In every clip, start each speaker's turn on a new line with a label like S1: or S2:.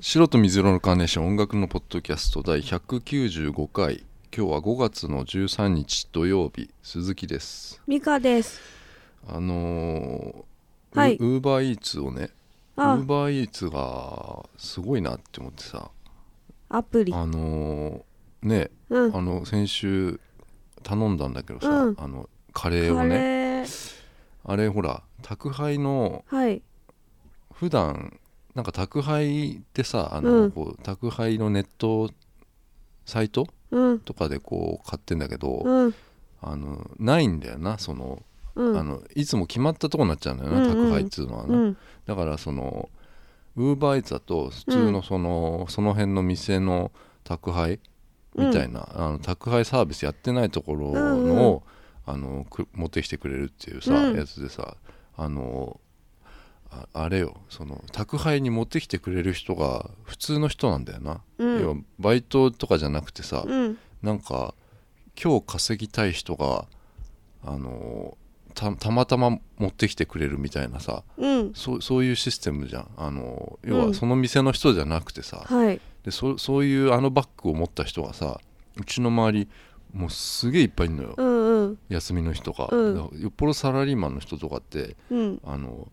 S1: 白と水色のカーネーション音楽のポッドキャスト第195回今日は5月の13日土曜日鈴木です
S2: ミカです。
S1: あのー
S2: はい
S1: ウーバーイーツをねウ
S2: あ
S1: ー、バーイーツがすごいなって思ってさ
S2: アプリ。
S1: あのーね
S2: うん。
S1: あの先週頼んだんだけどさ、
S2: うん
S1: あのカレー
S2: カ
S1: をね
S2: レー。
S1: あれほら宅配の
S2: はい。
S1: 普段なんか宅配ってさあ
S2: う
S1: の
S2: ん
S1: こう宅配のネットサイト
S2: うん。
S1: とかでこう買ってんだけど、
S2: うん。
S1: あのないんだよなその,、
S2: うん。
S1: あのいつも決まったとこになっちゃうんだよな、
S2: うんうん
S1: 宅配っつうのはな、
S2: うん。
S1: だからそのウーバーイーツだと普通のその、その辺の店の宅配みたいな、あの宅配サービスやってないところの,、
S2: うんうん
S1: あのく持ってきてくれるっていうさ、
S2: うん
S1: やつでさあのああれよその宅配に持ってきてくれる人が普通の人なんだよな、
S2: うん
S1: 要はバイトとかじゃなくてさ、
S2: うん。
S1: なんか今日稼ぎたい人があのたたまたま持ってきてくれるみたいなさ
S2: うん。
S1: そうそういうシステムじゃんあの
S2: ん
S1: 要はその店の人じゃなくてさ、
S2: はい。
S1: でそそういうあのバッグを持った人がさうちの周りもうすげえいっぱいいるのよ、
S2: うんうん。
S1: 休みの人が、
S2: うん
S1: だからよっぽどサラリーマンの人とかって
S2: うん。
S1: あの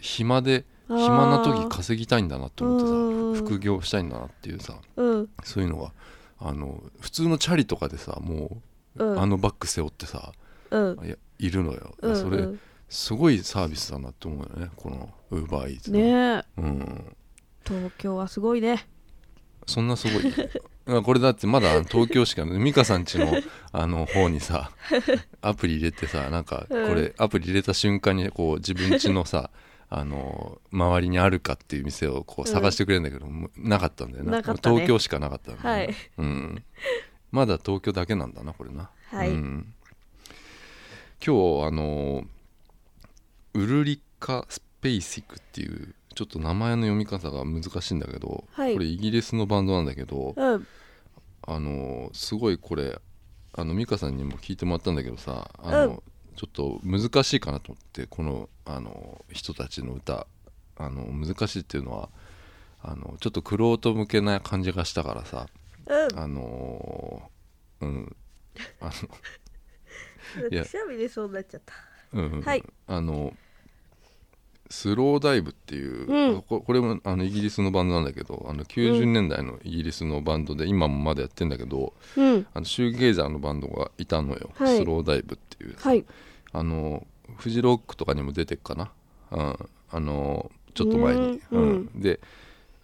S1: 暇で
S2: あー
S1: 暇な時稼ぎたいんだなって思ってさ
S2: うん
S1: 副業したいんだなっていうさ
S2: うん。
S1: そういうのがあの普通のチャリとかでさもう、
S2: うん
S1: あのバッグ背負ってさ
S2: うん。
S1: いやいるのよ、
S2: うん。
S1: それすごいサービスだなって思うよねこのウーバーイーツ
S2: ねえ。
S1: うん、
S2: 東京はすごいね。
S1: そんなすごい まあこれだってまだ東京しかない美香さんちのあの方にさ アプリ入れてさなんかこ
S2: うん
S1: れアプリ入れた瞬間にこう自分ちのさあの周りにあるかっていう店をこう
S2: うん
S1: 探してくれるんだけど、もうなかったんだよな
S2: なかったね
S1: 東京しかなかったんだよな
S2: はい
S1: うん、まだ東京だけなんだなこれな
S2: はい
S1: うん、今日あのウルリカ・スペイシクっていうちょっと名前の読み方が難しいんだけど、
S2: はい
S1: これイギリスのバンドなんだけど
S2: うん。
S1: あのすごいこれあの美香さんにも聞いてもらったんだけどさあの、
S2: うん
S1: ちょっと難しいかなと思ってこのあの人たちの歌あの難しいっていうのはあのちょっと玄人向けな感じがしたからさ
S2: う
S1: あのーうんあのいや
S2: ん。くしゃみでそうなっちゃった。
S1: うんうん
S2: はい
S1: あのスローダイブっていう、
S2: うん
S1: ここれもあのイギリスのバンドなんだけどあの90年代のイギリスのバンドで、今もまだやってんだけど
S2: うん。
S1: あのシューゲイザーのバンドがいたのよ、
S2: はい
S1: スローダイブっていう、
S2: はい。
S1: あのフジロックとかにも出てっかな、うん、あのちょっと前に、
S2: うん
S1: で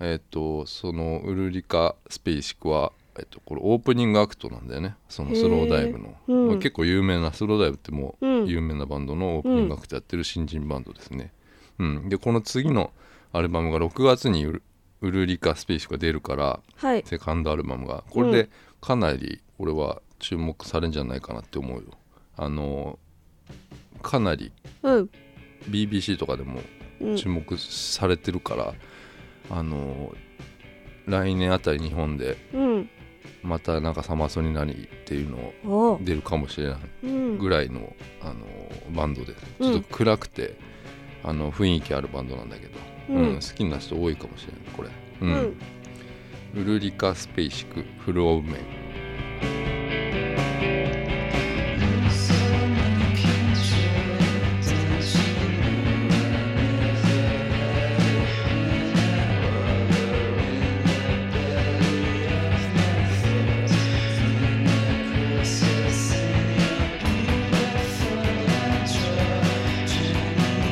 S1: えっ、とそのウルリカ・スペイシクは、えっとこれオープニングアクトなんだよねそのスローダイブの、
S2: へーうん
S1: まあ結構有名なスローダイブってもう
S2: うん
S1: 有名なバンドのオープニングアクトやってる新人バンドですね、うんでこの次のアルバムが6月にウルウルリカ・スペイシクが出るから
S2: はい。
S1: セカンドアルバムがこれでかなり俺は注目されるんじゃないかなって思うよあのかなり
S2: うん。
S1: BBC とかでも
S2: うん。
S1: 注目されてるから、あの来年あたり日本で
S2: うん。
S1: またなんかサマソニなりっていうの
S2: お
S1: を
S2: う。
S1: 出るかもしれない
S2: うん。
S1: ぐらいの、あのバンドでちょっと暗くて、あの雰囲気あるバンドなんだけど、
S2: う
S1: うん
S2: ん
S1: 好。きな人多いかもしれないこれ、
S2: う
S1: うん
S2: ん。
S1: ウルリカ・スペイシクフル・オブ・メン
S3: So many pictures that she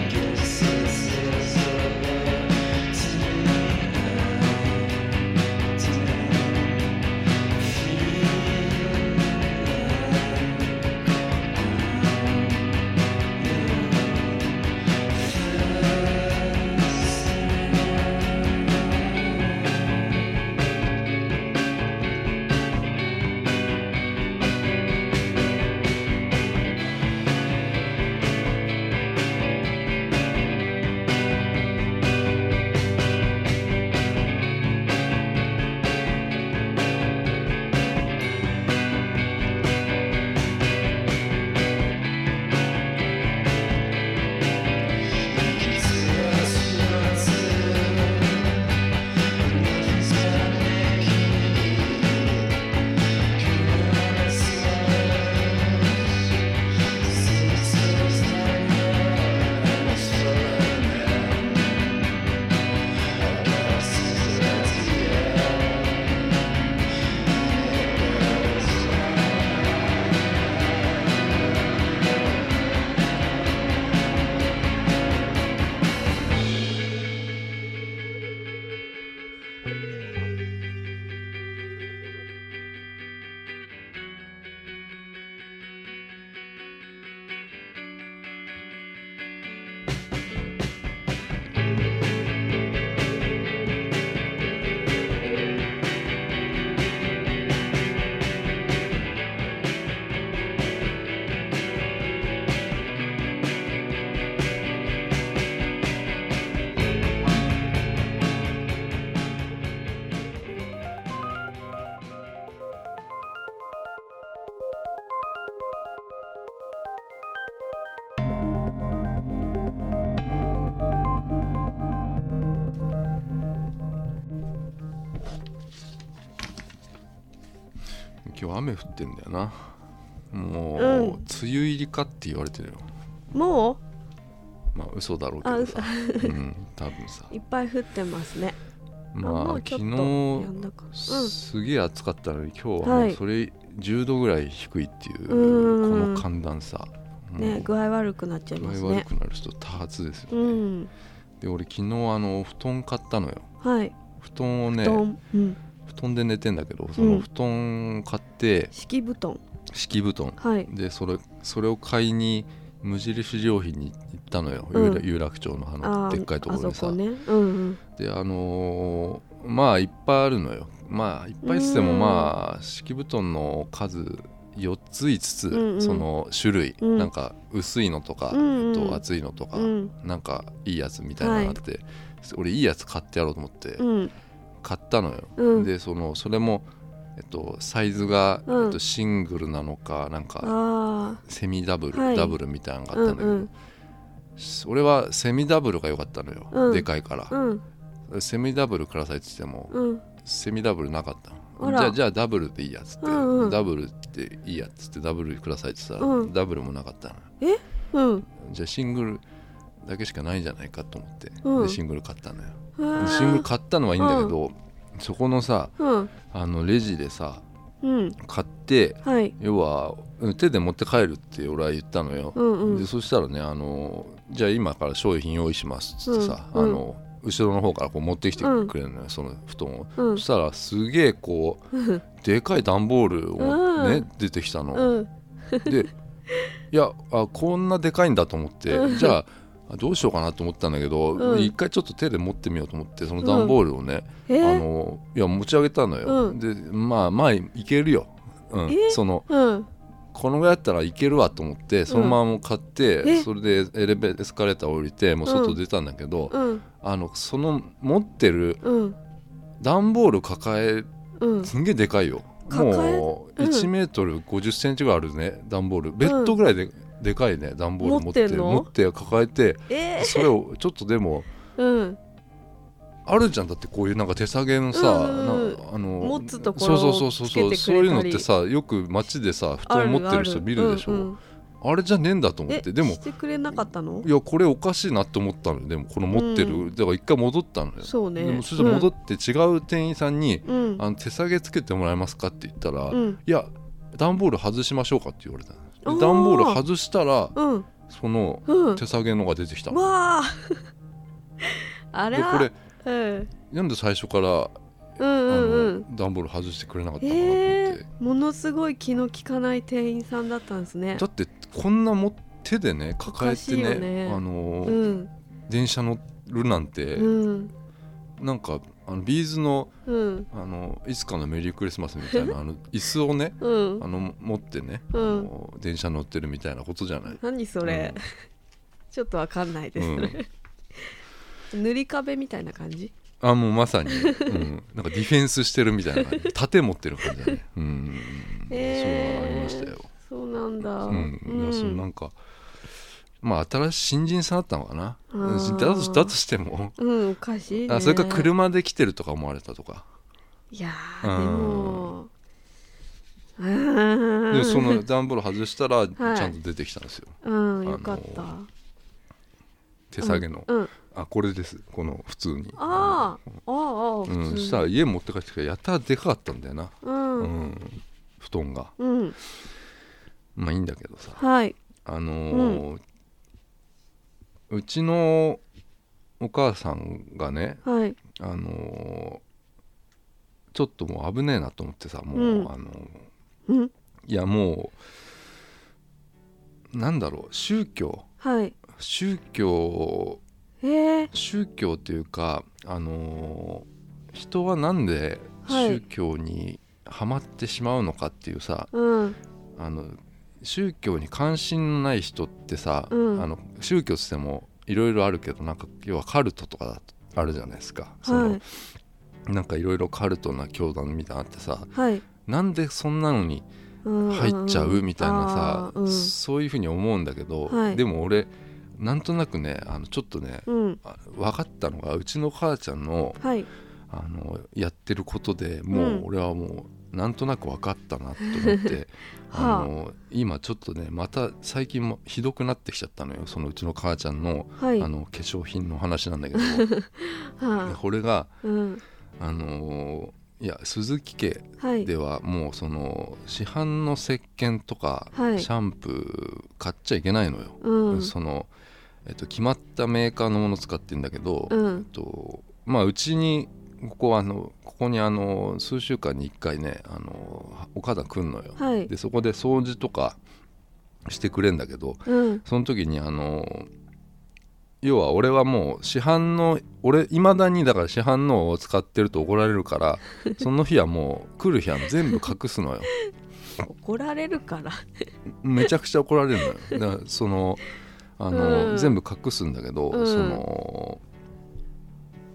S3: Thank you
S1: 今日雨降ってんだよなもう、
S2: うん
S1: 梅雨入りかって言われてるよ
S2: もう
S1: まあ嘘だろうけどさうん多分 さ
S2: いっぱい降ってますね。
S1: まあ
S2: もうちょ
S1: 昨
S2: っとやん
S1: 日
S2: だか。う
S1: すげえ暑かったのに今日は
S2: は
S1: もう
S2: い
S1: それ10度ぐらい低いっていう、
S2: うん
S1: この寒暖差も
S2: ん。
S1: う
S2: ね、具合悪くなっちゃい
S1: 具
S2: ます
S1: 合
S2: ね
S1: 悪。くなる人多発ですよ
S2: う
S1: ね、
S2: ん。
S1: で俺昨日あの布団買ったのよ
S2: はい。
S1: 布団をね
S2: 布団。うん。
S1: 布団で寝てんだけどその布団買って
S2: 敷布団。
S1: 敷布団
S2: はい。
S1: でそれそれを買いに無印良品に行ったのよ、
S2: うん
S1: 有楽町のあ
S2: あ
S1: の
S2: あ
S1: でっかいところ
S2: あ
S1: に
S2: そ
S1: さ
S2: こね。うん
S1: であのーまあいっぱいあるのよまあいっぱいっつっても
S2: うん
S1: まあ敷布団の数4つ5つ、
S2: うんうん
S1: その種類、
S2: うん
S1: なんか薄いのとか、
S2: うんうん
S1: と厚いのとか、
S2: うん。うん。
S1: なんかいいやつみたいなのがあって、俺いいやつ買ってやろうと思って
S2: うん。
S1: 買ったのよ、
S2: うん。
S1: でそのそれも、えっと、サイズが、
S2: うん
S1: えっと、シングルなのかなんか
S2: あ
S1: セミダブル、
S2: はい
S1: ダブルみたいなのが
S2: あ。
S1: あった
S2: うん
S1: だけど、
S2: ん。
S1: 俺はセミダブルが良かったのよ、
S2: うん
S1: でかいから
S2: う、ん。
S1: セミダブルくださいって言っても、
S2: うん。
S1: セミダブルなかったの
S2: あら
S1: じゃあじゃあダブルでいいやっつって、
S2: うんうん
S1: ダブルっていいやっつってダブルくださいって言ったら、
S2: うん
S1: ダブルもなかったの
S2: うん。
S1: じゃあシングルだけしかないんじゃないかと思って、
S2: うん
S1: でシングル買ったのよ
S2: うん。
S1: でシングル買ったのはいいんだけど、そこのさ
S2: うん。
S1: あのレジでさ
S2: うん。
S1: 買って
S2: はい。
S1: 要はうん手で持って帰るって俺は言ったのよ、
S2: うんう
S1: で
S2: ん。
S1: そしたらねあのじゃあ今から商品用意しますっつってさ、
S2: うんうん
S1: あの後ろの方からこう持ってきてくれるのよ、その布団を、
S2: うん
S1: そしたらすげえこう
S2: うん。
S1: でかい段ボールをね、
S2: うん
S1: 出てきたの、
S2: うん。
S1: でいやあこんなでかいんだと思って、
S2: うん
S1: じゃあどうしようかなと思ったんだけど、
S2: うん
S1: 一回ちょっと手で持ってみようと思ってその段ボールをね、
S2: え
S1: あ
S2: ー。
S1: のいや持ち上げたのよ、
S2: うん
S1: でまあまあいけるよ、うん
S2: え、
S1: その
S2: うん。
S1: このぐらいだったらいけるわと思ってそのまま買って、
S2: え
S1: それでエレベエスカレーター降りてもう外出たんだけど、
S2: うん。
S1: あのその持ってる
S2: うん。
S1: 段ボール抱え
S2: うん。
S1: すんげえでかいよ
S2: 抱え
S1: もう
S2: うん
S1: 1メートル5 0ンチぐらいあるね段ボールベッドぐらいで,、でかいね段ボール持って
S2: 持ってんの
S1: 持って抱えて
S2: え
S1: それをちょっとでも
S2: ー。うん。
S1: あるじゃんだってこういうなんか手提げのさ、
S2: うんうんうん
S1: なあの
S2: 持つところを
S1: そうそうそうそうそう
S2: つけ
S1: そ
S2: てくれたり
S1: ういうのってさよく街でさ布団持ってる人見るでしょ
S2: あ
S1: あ
S2: あうんうん
S1: れじゃねえんだと思っ
S2: え、
S1: てでも
S2: してくれなかったの
S1: いやこれおかしいなって思ったのよでもこの持ってる、
S2: う
S1: だから一回戻ったのよ
S2: そうね。
S1: でもそしたら戻って違う店員さんに、
S2: うん。
S1: あの手提げつけてもらえますかって言ったら、
S2: う
S1: い
S2: ん。
S1: や段ボール外しましょうかって言われた
S2: あ
S1: の
S2: ー
S1: で段ボール外したら
S2: うん。
S1: その
S2: うん。
S1: 手提げのが出てきたの、
S2: わああ
S1: で
S2: ら
S1: これ
S2: うん、
S1: なんで最初から
S2: うんうんうん
S1: あの段ボール外してくれなかったのかなと思って、
S2: えー、ものすごい気の利かない店員さんだったんですね
S1: だってこんなも手でね抱えて
S2: おかしいよ
S1: ね
S2: ね
S1: あのー
S2: うん
S1: 電車乗るなんて、
S2: うん
S1: なんかあのビーズの
S2: うん
S1: あのいつかのメリークリスマスみたいなあの椅子をね
S2: うん
S1: あの持ってね、
S2: うん
S1: あの電車乗ってるみたいなことじゃない
S2: 何それ、ちょっとわかんないです、
S1: うん
S2: ね塗り壁みたいな感じ
S1: あもうまさに、うん、なんかディフェンスしてるみたいな感じ盾持ってる感じだねうん、
S2: えー
S1: そうありましたよ、
S2: そうなんだ
S1: うんいやそのなんかまあ新しい新人さんだったのかな
S2: あ
S1: だ
S2: ー
S1: とだとしても
S2: うんおかしいね
S1: あそれか車で来てるとか思われたとか
S2: いや
S1: う
S2: ー
S1: ん
S2: でもうん
S1: でその段ボール外したらち
S2: い
S1: ゃんと出てきたんですよ、
S2: うんよかった、
S1: あ手提げの、
S2: うんうん
S1: あこれですこの普通に
S2: あーあああ
S1: う
S2: 普
S1: ん、
S2: 通
S1: そ
S2: に
S1: したら家持って帰ってきたらやたらでかかったんだよな、
S2: う
S1: うん
S2: ん
S1: 布団が
S2: うん
S1: まあいいんだけどさ
S2: はい
S1: あのーうちのお母さんがね
S2: はい
S1: あのーちょっともう危ねえなと思ってさもう、
S2: うん
S1: あのー
S2: うん
S1: いやもうなんだろう宗教
S2: はい
S1: 宗教
S2: えー、
S1: 宗教というかあのー人はなんで
S2: はい
S1: 宗教にはまってしまうのかっていうさ、
S2: うん
S1: あの宗教に関心のない人ってさ、
S2: うん
S1: あの宗教っつってもいろいろあるけどなんか要はカルトとかだとあるじゃないですか、そ
S2: は
S1: の
S2: い
S1: なんかいろいろカルトな教団みたいなのあってさ
S2: はい
S1: なんでそんなのに
S2: うん
S1: 入っちゃうみたいなさ、
S2: うん
S1: そういうふうに思うんだけど、
S2: はい
S1: でも俺なんとなくねあのちょっとね
S2: うん
S1: あ分かったのがうちの母ちゃんの
S2: はい
S1: あのやってることでもう
S2: うん
S1: 俺はもなんとなく分かったなと思って
S2: はあ
S1: あの今ちょっとねまた最近もひどくなってきちゃったのよそのうちの母ちゃんの,、
S2: はい
S1: あ
S2: は
S1: の化粧品の話なんだけどで
S2: あ
S1: これが
S2: うん
S1: あのいや鈴木家
S2: はい
S1: ではもうその市販の石鹸とか、
S2: はい
S1: シャンプー買っちゃいけないのよ、
S2: うん
S1: その、えっと、決まったメーカーのもの使ってんだけど、
S2: うん
S1: えっとまあうちにここはあのここにあの数週間に1回ねあの岡田来んのよ、
S2: はい
S1: でそこで掃除とかしてくれんだけど
S2: うん
S1: その時にあの要は俺はもう市販の俺いまだにだから市販のを使ってると怒られるから その日はもう来る日は全部隠すのよ
S2: 怒られるから
S1: めちゃくちゃ怒られるのよだからそのあの、
S2: うん
S1: 全部隠すんだけど、
S2: うん
S1: その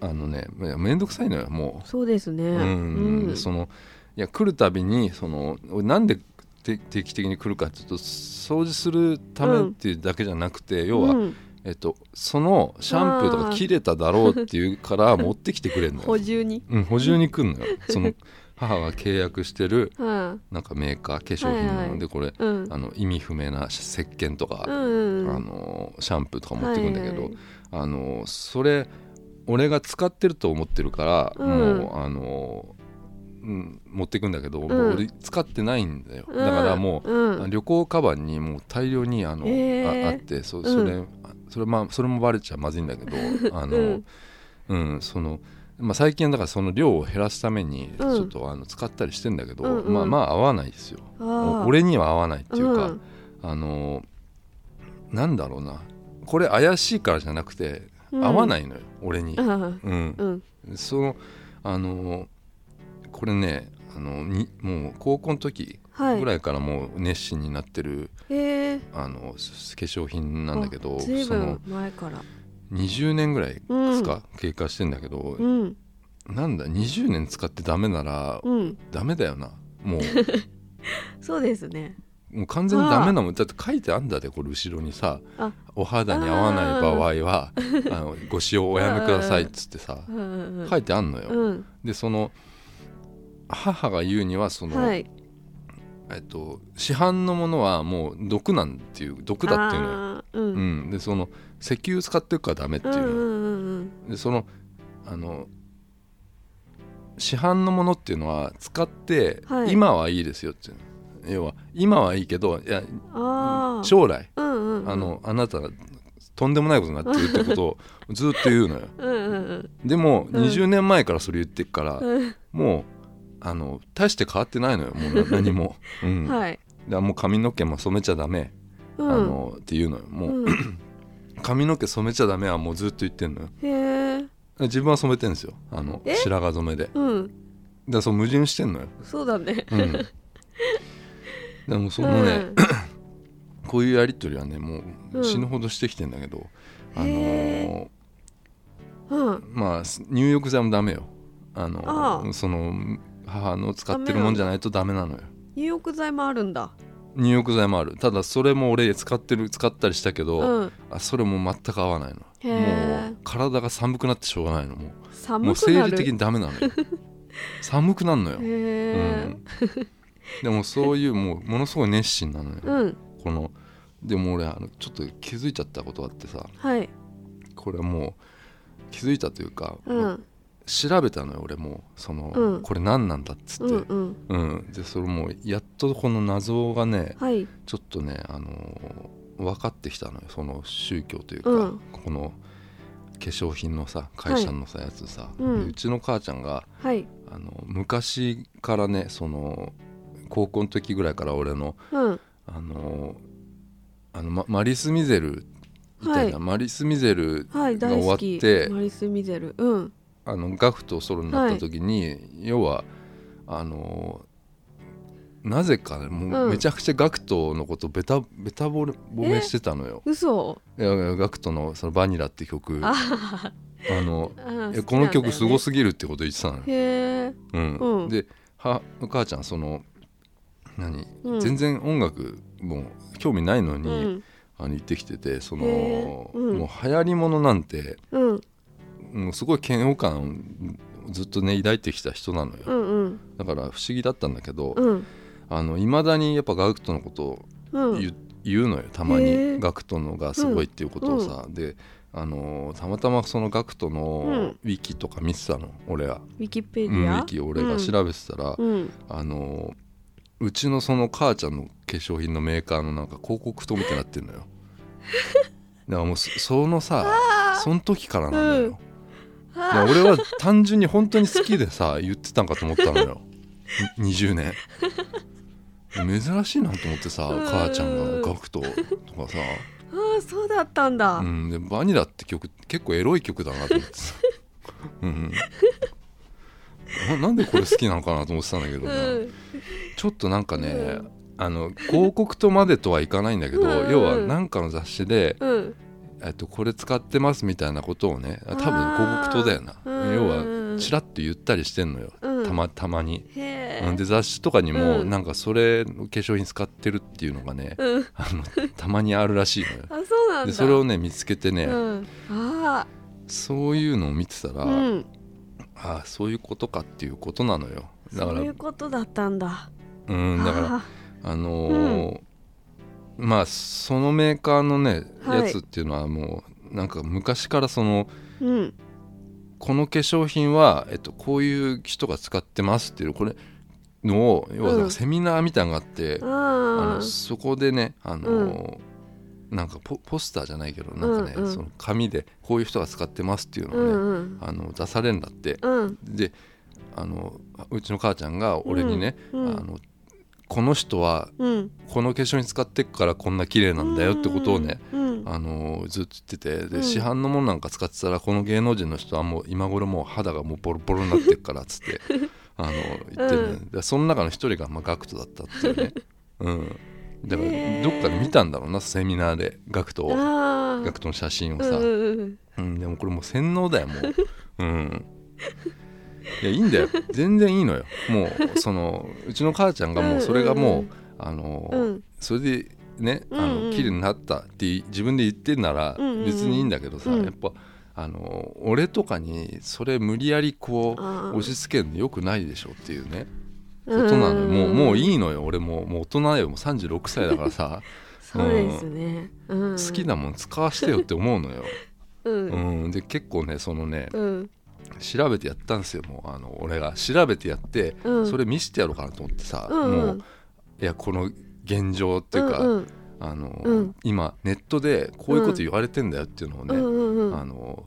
S1: あのねいやめんどくさいのよも
S2: そうですね
S1: う、うん
S2: う
S1: で
S2: ん
S1: そのいや来るたびにその俺なんでて定期的に来るかっていうと掃除するためっていうだけじゃなくて、要は、
S2: うん
S1: えっと、そのシャンプーと
S2: あ
S1: か
S2: ー
S1: 切れただろうっていうから持ってきてくれるの
S2: 補
S1: よ、
S2: 充に
S1: うん、補充に来るの よその母が契約してる
S2: は
S1: なんかメーカー化粧品なのでこれ
S2: あうん
S1: あの意味不明な石鹸と
S2: う
S1: か、
S2: ん
S1: あ
S2: うん
S1: のシャンプーとか持ってくんだけど、
S2: はいはい
S1: あのそれ俺が使ってると思ってるから、
S2: うん
S1: もうあの、うん、持ってくんだけど、もう俺使ってないんだよ、
S2: うん
S1: だからも
S2: う
S1: う、
S2: ん
S1: 旅行カバンにもう大量にあの、
S2: へー
S1: ああってそそれ,、
S2: う
S1: それまあそれもバレちゃまずいんだけど あの、
S2: う
S1: うん
S2: ん
S1: そのまあ、最近だからその量を減らすためにち
S2: うん
S1: ょっとあの使ったりしてんだけど、
S2: うんうん
S1: まあまあ合わないですよ、
S2: あー
S1: 俺には合わないっていうか、
S2: うん
S1: あのなんだろうなこれ怪しいからじゃなくて、
S2: うん
S1: 合わないのよ俺に、
S2: あ
S1: うん
S2: ーうん
S1: そのあのこれねあのにもう高校の時
S2: はい
S1: ぐらいからもう熱心になってる、
S2: へえ
S1: あのす化粧品なんだけど
S2: ずい
S1: そ
S2: ぶ
S1: の
S2: ん前から
S1: 20年ぐらいです
S2: う
S1: か、経過してんだけど、
S2: うん
S1: なんだ20年使ってダメなら、
S2: うん
S1: ダメだよなもう
S2: そうですね
S1: もう完全にダメなもんだって書いてあんだでこれ後ろにさ
S2: あ
S1: お肌に合わない場合はあのご使用おやめくださいっつってさ
S2: うんうん
S1: 書いてあんのよ、
S2: うん
S1: でその母が言うにはその、
S2: はい
S1: えっと、市販のものはもう毒なんていう毒だっていうのよ、
S2: あーうん
S1: うん、でその石油使ってるからダメっていう
S2: う
S1: の
S2: ん
S1: よ、
S2: うんうん
S1: でそのあの市販のものっていうのは使って、
S2: はい
S1: 今はいいですよっていうの要は今はいいけどいや
S2: うんあー
S1: 将来
S2: うんうんうん
S1: あのあなたとんでもないことになってるってこと をずっと言うのよ
S2: うんうんうん
S1: でも
S2: うん
S1: 20年前からそれ言ってるから、
S2: うん
S1: もうあの大して変わってないのよもうな何 も、うん
S2: はい
S1: だからもう髪の毛も染めちゃダメ、
S2: うん
S1: あのっていうのよもう、
S2: うん
S1: 髪の毛染めちゃダメはもうずっと言ってんのよ
S2: へえ
S1: 自分は染めてんですよあの
S2: え
S1: 白髪染めでだか
S2: うん
S1: らそう矛盾してんのよ、
S2: そうだね
S1: うん、でもそのね、こういうやり取りはねもう死ぬほどしてきてんだけど、あの
S2: へうんうん
S1: まあす入浴剤もダメよあの
S2: ああ
S1: その母の使ってるもんじゃないとダメなのよ
S2: 入浴剤もあるんだ
S1: 入浴剤もあるただそれも俺使ってる使ったりしたけど、
S2: うん
S1: あそれも全く合わないの
S2: へ
S1: も
S2: え
S1: う体が寒くなってしょうがないのもうもう
S2: 寒く
S1: 生
S2: な
S1: 理
S2: る
S1: 的にダメ なのよ寒くなるのよ、
S2: へ
S1: う
S2: え
S1: ん、でもそういうもうものすごい熱心なのよ、
S2: うん
S1: このでも俺あのちょっと気づいちゃったことあってさ
S2: はい
S1: これはもう気づいたというか、
S2: うん
S1: 調べたのよ俺もその、
S2: うん
S1: これ何なんだっつっ
S2: うん
S1: て、
S2: うん
S1: うんでそれもうやっとこの謎がね
S2: はい
S1: ちょっとね、あのー分かってきたのよその宗教というか、
S2: うん
S1: この化粧品のさ会社のさ、やつさ、
S2: うん
S1: でうちの母ちゃんが
S2: はい
S1: あの昔からねその高校の時ぐらいから俺の、
S2: うん
S1: あのーあのまマリス・ミゼルみたいな、
S2: は
S1: マリス・ミゼル
S2: はい
S1: が
S2: 大
S1: 終わ
S2: 好
S1: っ
S2: き
S1: て
S2: マリス・ミゼルうん
S1: あのガフとソロになった時に、要はあのーなぜかねもううんめちゃくちゃガクトのことベタベタボレボメしてたのよ。
S2: 嘘
S1: いやいやガクトのそのバニラって曲あ
S2: あ
S1: の
S2: ー
S1: いやこの曲すご
S2: 好
S1: すぎるってこと言ってたのよ
S2: きなんだよねへえ
S1: うん
S2: うん
S1: ではお母ちゃんその何、
S2: うん
S1: 全然音楽もう興味ないの
S2: う
S1: に、
S2: ん
S1: あの行ってきててその、
S2: へーうん
S1: もう流行りものなんて
S2: うん
S1: もうすごい嫌悪感ずっとね抱いてきた人なのよ、
S2: うんうん
S1: だから不思議だったんだけど
S2: うん
S1: あの未だにやっぱガクトのことを
S2: うん
S1: 言,、言うのよたま
S2: へ
S1: に
S2: ー
S1: ガクトのがすごいっていうことをさ、であのーたまたまそのガクトのウィキとか見てたの俺は、
S2: ウィキペデ
S1: うんウ
S2: ィア、
S1: ィキ俺が調べてたら、
S2: うん
S1: あのーうちのその母ちゃんの化粧品のメーカーのなんか広告塔みたいになってる のよだからもうそそのさ
S2: あ
S1: その時からなのよ、
S2: う
S1: い
S2: ん
S1: や
S2: あ
S1: 俺は単純に本当に好きでさ言ってたんかと思ったのよに20年珍しいなと思ってさ
S2: うん
S1: 母ちゃんがガクトとかさ
S2: あーそうだった
S1: 「
S2: んだ、
S1: うん、でバニラ」って曲結構エロい曲だなと思って さ、うん、ななんでこれ好きなのかなと思ってたんだけど
S2: う
S1: ね、
S2: ん
S1: ちょっとなんかね、
S2: うん
S1: あの広告とまでとはいかないんだけど、
S2: うん
S1: 要はなんかの雑誌で、
S2: うん
S1: えっと、これ使ってますみたいなことをね多分
S2: あー
S1: 広告塔だよな、
S2: うん
S1: 要はちらっと言ったりしてんのよ、
S2: うん
S1: たまたまに。
S2: へ
S1: うん
S2: え
S1: で雑誌とかにも
S2: うん
S1: なんかそれの化粧品使ってるっていうのが ね、
S2: うん
S1: あのたまにあるらしいのよ。
S2: あそうなん
S1: で
S2: だ
S1: それをね見つけてね、
S2: うんあ
S1: そういうのを見てたら、
S2: あうん
S1: ああそういうことかっていうことなのよ。だか
S2: そ
S1: ら
S2: ういうことだったんだ
S1: うんだから
S2: あ
S1: あのーまあそのメーカーのね
S2: はい
S1: やつっていうのはもうなんか昔からその
S2: ーうん
S1: この化粧品は、えっと、こういう人が使ってますっていうこれのを要はなん
S2: う
S1: か
S2: ん
S1: セミナーみたいなのがあって、あ
S2: あ
S1: の
S2: ー
S1: そこでねあのーなんかポポスターじゃないけどなんかね、
S2: うんうん
S1: その紙でこういう人が使ってますっていうの
S2: う
S1: をね、
S2: んうん
S1: あの出されるんだって
S2: うん
S1: であのうちの母ちゃんが俺にね、
S2: うんうん
S1: あのこの人は
S2: うん
S1: この化粧に使ってっからこんな綺麗なんだよってことをね、
S2: うん
S1: あのーずっと言っててで、
S2: うん
S1: 市販のものなんか使ってたらこの芸能人の人はもう今頃もう肌がもうボロボロになってるからっつって あの言ってる、ねでその中の一人がまあガクトだったっていうね、うん、だから
S2: へー
S1: どっかで見たんだろうなセミナーでガクトを
S2: あ
S1: ガクトの写真を
S2: あ
S1: さ、
S2: うんうんうん
S1: うん、でもこれもう洗脳だよもううんいやいいんだよ全然いいのよもうそのうちの母ちゃんがもうそれがもう,、
S2: うんうん
S1: あのー
S2: うん
S1: それでねあ
S2: うんう
S1: の
S2: ん
S1: 綺麗になったって自分で言ってんなら
S2: うんうんうん
S1: 別にいいんだけどさ、
S2: うん
S1: やっぱあの俺とかにそれ無理やりこう
S2: あー
S1: 押し付けるのよくないでしょっていうねことなのよもうもういいのよ俺もうもう大人よもう36歳だからさ
S2: そうですね、うん、
S1: 好きなもん使わしてよって思うのよ、
S2: うんうん
S1: うん、で結構ねそのね
S2: うん
S1: 調べてやったんですよもうあの俺が調べてやって
S2: うん
S1: それ見せてやろうかなと思ってさ、
S2: うんうん
S1: もういやこの現状っていうか、
S2: うん
S1: あの、
S2: うん
S1: 今ネットでこういうこと言われてんだよっていうのを
S2: うんう
S1: ね、
S2: んうん
S1: あの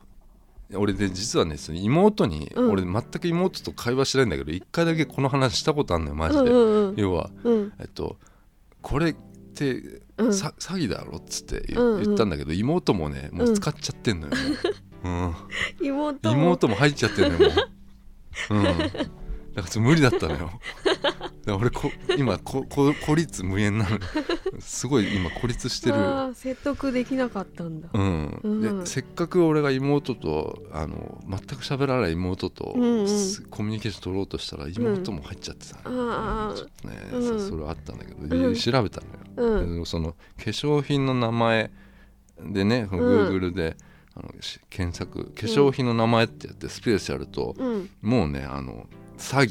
S1: 俺で実はねその妹に、
S2: うん
S1: 俺全く妹と会話してないんだけど一回だけこの話したことあるのよマジ
S2: う
S1: で、
S2: んうん
S1: 要は
S2: うん
S1: えっとこれって
S2: うん
S1: さ詐欺だろっつって言,、
S2: うんうん
S1: ったんだけど妹もねもう使っちゃって んのよ、もううん、
S2: 妹も
S1: 妹も入っちゃってんのよもう、うん、だからちょっと無理だったのよだから俺こ今ここ孤立無縁なのよすごい今孤立してる
S2: あー説得できなかったんだ、
S1: うん
S2: う
S1: で
S2: ん
S1: せっかく俺が妹とあの全く喋らない妹と、
S2: うんうん
S1: すコミュニケーション取ろうとしたら妹も入っちゃってた、
S2: あ
S1: ちょっとね、
S2: うん
S1: そそれあったんだけど、
S2: ん
S1: 調べたのよ、
S2: あうん
S1: でその化粧品の名前でねその
S2: うん
S1: Google で、あのし検索化粧品の名前ってやってスペースやると、
S2: うん
S1: もうねあの詐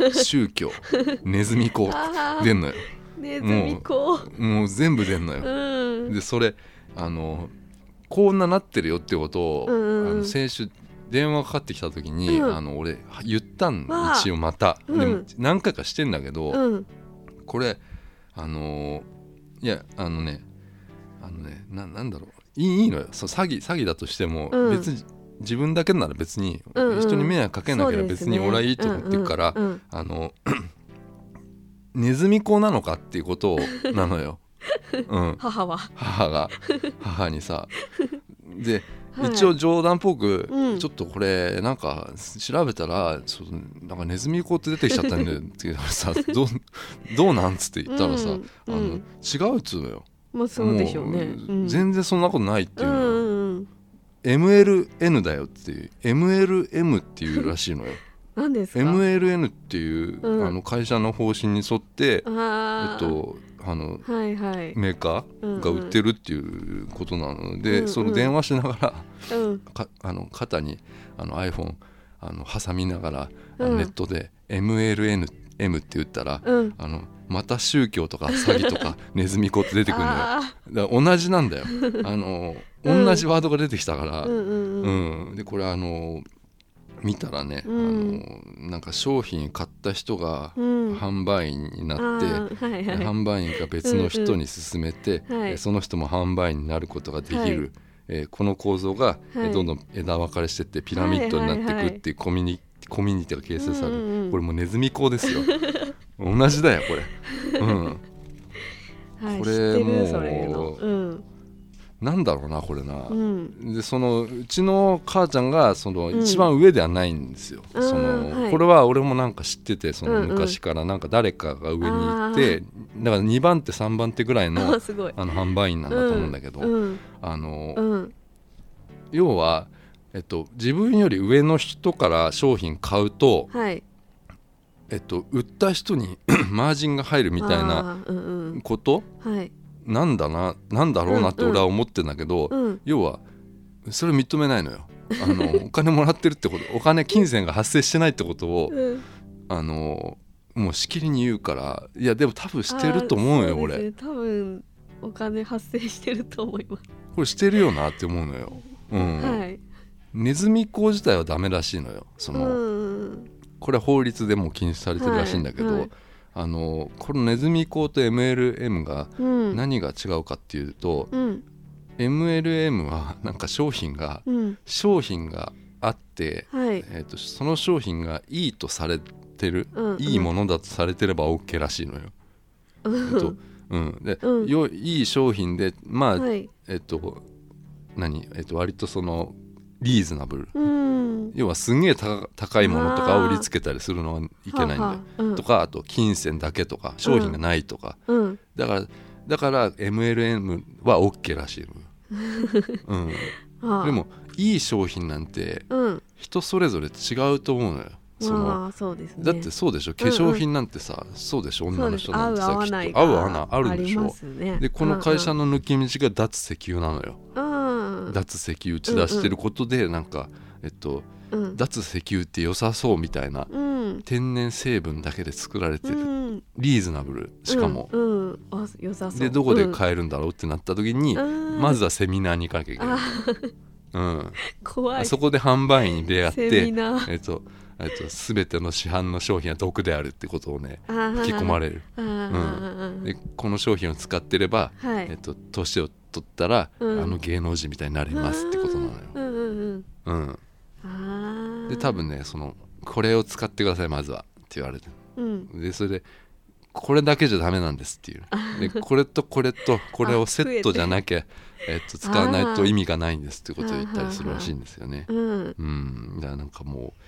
S1: 欺宗教 ネズミ講
S2: ああ
S1: 出んのよ
S2: ネズミ子
S1: もう全部出んのよ、
S2: うん
S1: でそれあのこんななってるよってことを、
S2: うんうんうん
S1: あの先週電話かかってきた時に、
S2: うん
S1: あの俺言ったん
S2: わあ
S1: 一応また、
S2: うん
S1: でも何回かしてんだけど、
S2: うん
S1: これあのーいやあのねあのねななんだろういいいいのよそう詐欺詐欺だとしても、
S2: うん
S1: 別に自分だけなら別に、
S2: うんうん
S1: 人に迷惑かけなければ
S2: そうで
S1: 別
S2: す
S1: に
S2: ね
S1: 俺はいいと思ってるから、
S2: うんうん
S1: あの ネズミ子なのかっていうことをなの よ。うん、
S2: 母は、
S1: 母 が母にさで、
S2: はい
S1: 一応冗談っぽく、
S2: うん
S1: ちょっとこれなんか調べたらちょっとなんかネズミ子って出てきちゃったんだよって言ったら さどうどうなんつって言ったらさ、
S2: うん
S1: あの
S2: うん
S1: 違うっつうのよ
S2: まあそうでしょうね
S1: も
S2: うん
S1: 全然そんなことないっていううのよ、
S2: んうんうん
S1: MLN だよっていう MLM っていうらしいのよ
S2: 何ですか
S1: MLN っていう、
S2: うん
S1: あの会社の方針に沿って、え
S2: あ
S1: っ
S2: ー
S1: とあの
S2: はいはい
S1: メーカーが売ってるっていうことなので、
S2: うんうん
S1: その電話しながら
S2: うん
S1: かあの肩にあの iPhone あの挟みながら、あ
S2: う
S1: の
S2: ん
S1: ネットで MLNM って打ったら、
S2: うん
S1: あのまた宗教とか詐欺と かネズミ子って出てくるのよ
S2: ああ
S1: だから同じなんだよあの
S2: うん
S1: 同じワードが出てきたから、
S2: うんうんうん
S1: うん、でこれあの見たらね、
S2: うん
S1: あのなんか商品買った人が
S2: うん
S1: 販売員になって、
S2: あーはいはい
S1: 販売員が別の人に勧めて、
S2: うんうんはい
S1: えーその人も販売員になることができる、
S2: はい
S1: えーこの構造が、えー
S2: はい
S1: どんどん枝分かれしてってピラミッドになっていくっていうコミュニ,、コミュニティが形成される、
S2: うんうんうん
S1: これもうネズミ講ですよ同じだよこれ。うん、
S2: はい
S1: こ
S2: 知
S1: れ
S2: って
S1: もう
S2: るそれのうん
S1: なんだろうなこれな。
S2: うん
S1: でそのうちの母ちゃんがその
S2: うん
S1: 一番上ではないんですよ、
S2: あー
S1: その
S2: はい
S1: これは俺もなんか知っててそ
S2: うん
S1: の
S2: うん
S1: 昔からなんか誰かが上にいて、だから2番手3番手ぐらい
S2: あ
S1: の
S2: すごい
S1: あの販売員なんだと思うんだけど、
S2: うん
S1: あの
S2: うん
S1: 要は、えっと、自分より上の人から商品買うと、
S2: はい
S1: えっと、売った人に マージンが入るみたいな
S2: あーうんうん
S1: こと
S2: はい
S1: なんだななんだろうなって俺は思ってんだけど、
S2: うん
S1: 要はそれ認めないのよ。あ のお金もらってるってことお金金銭が発生してないってことを
S2: うん
S1: あのもうしきりに言うからいやでも多分してると思う
S2: あ
S1: よ
S2: ーそです
S1: 俺
S2: ね多分お金発生してると思います
S1: これしてるよなって思うのよ、うん
S2: はい
S1: ネズミ講自体はダメらしいのよそ
S2: うん
S1: の、
S2: うん
S1: これは法律でもう禁止されてるらしいんだけど、
S2: はいはい
S1: あのこのネズミ講と MLM が
S2: うん
S1: 何が違うかっていうと、
S2: うん
S1: MLM はなんか商品が
S2: うん
S1: 商品があって、
S2: はい
S1: えー、とその商品がいいとされてる、
S2: うん
S1: いいものだとされてれば OK らしいのよ。
S2: う
S1: えっと
S2: ん
S1: うん、で、
S2: うん
S1: よいい商品でまあ、
S2: はい
S1: えっと何、えっと、割とそのリーズナブル
S2: うん
S1: 要はすんげえ高高いものとかを売りつけたりするのはいけないんだよ。
S2: はあはあうん
S1: とかあと金銭だけとか商品がないとか、
S2: うん
S1: だからだから MLM は OK らしいのよ。 うん、
S2: あー
S1: でもいい商品なんて
S2: うん
S1: 人それぞれ違うと思うのよ。その
S2: まあそうですね
S1: だってそうでしょ化粧品なんてさ、そうでしょ女の人
S2: そ
S1: な
S2: うんで
S1: て
S2: す
S1: さ
S2: 合う合わ
S1: きっと
S2: ない
S1: 合う合わないあるんでし
S2: ありま
S1: ょ
S2: すね
S1: でこの会社の抜け道が脱石油なのよ、
S2: うんうん
S1: 脱石油打ち出してることでなんか、えっと、
S2: うん
S1: 脱石油って良さそうみたいな
S2: うん
S1: 天然成分だけで作られて
S2: う
S1: る、
S2: ん
S1: リーズナブルしかも、
S2: うんうんあ良さそう
S1: でどこで
S2: うん
S1: 買えるんだろうってなった時に、
S2: うん
S1: まずはセミナーに行かなきゃいけない
S2: あ、
S1: うん、
S2: 怖い
S1: そこで販売員に出会っ
S2: セミ
S1: て、
S2: ナー
S1: えっとえっと、全ての市販の商品は毒であるってことをね吹
S2: 吹
S1: き込ま
S2: れ
S1: れる。
S2: うん
S1: でこの商品を使ってれば、
S2: はい
S1: えっと、年を取ったら、
S2: うん
S1: あの芸能人みたいになりますってことなのよ。
S2: うんうんうん
S1: うん、
S2: あー
S1: で多分ねその「これを使ってくださいまずは」って言われて
S2: うん
S1: でそれで「これだけじゃダメなんです」っていう でこれとこれとこれをセットじゃなきゃ、えっと、使わないと意味がないんですってことを言ったりするらしいんですよね。
S2: うん
S1: うん、だからなんかもう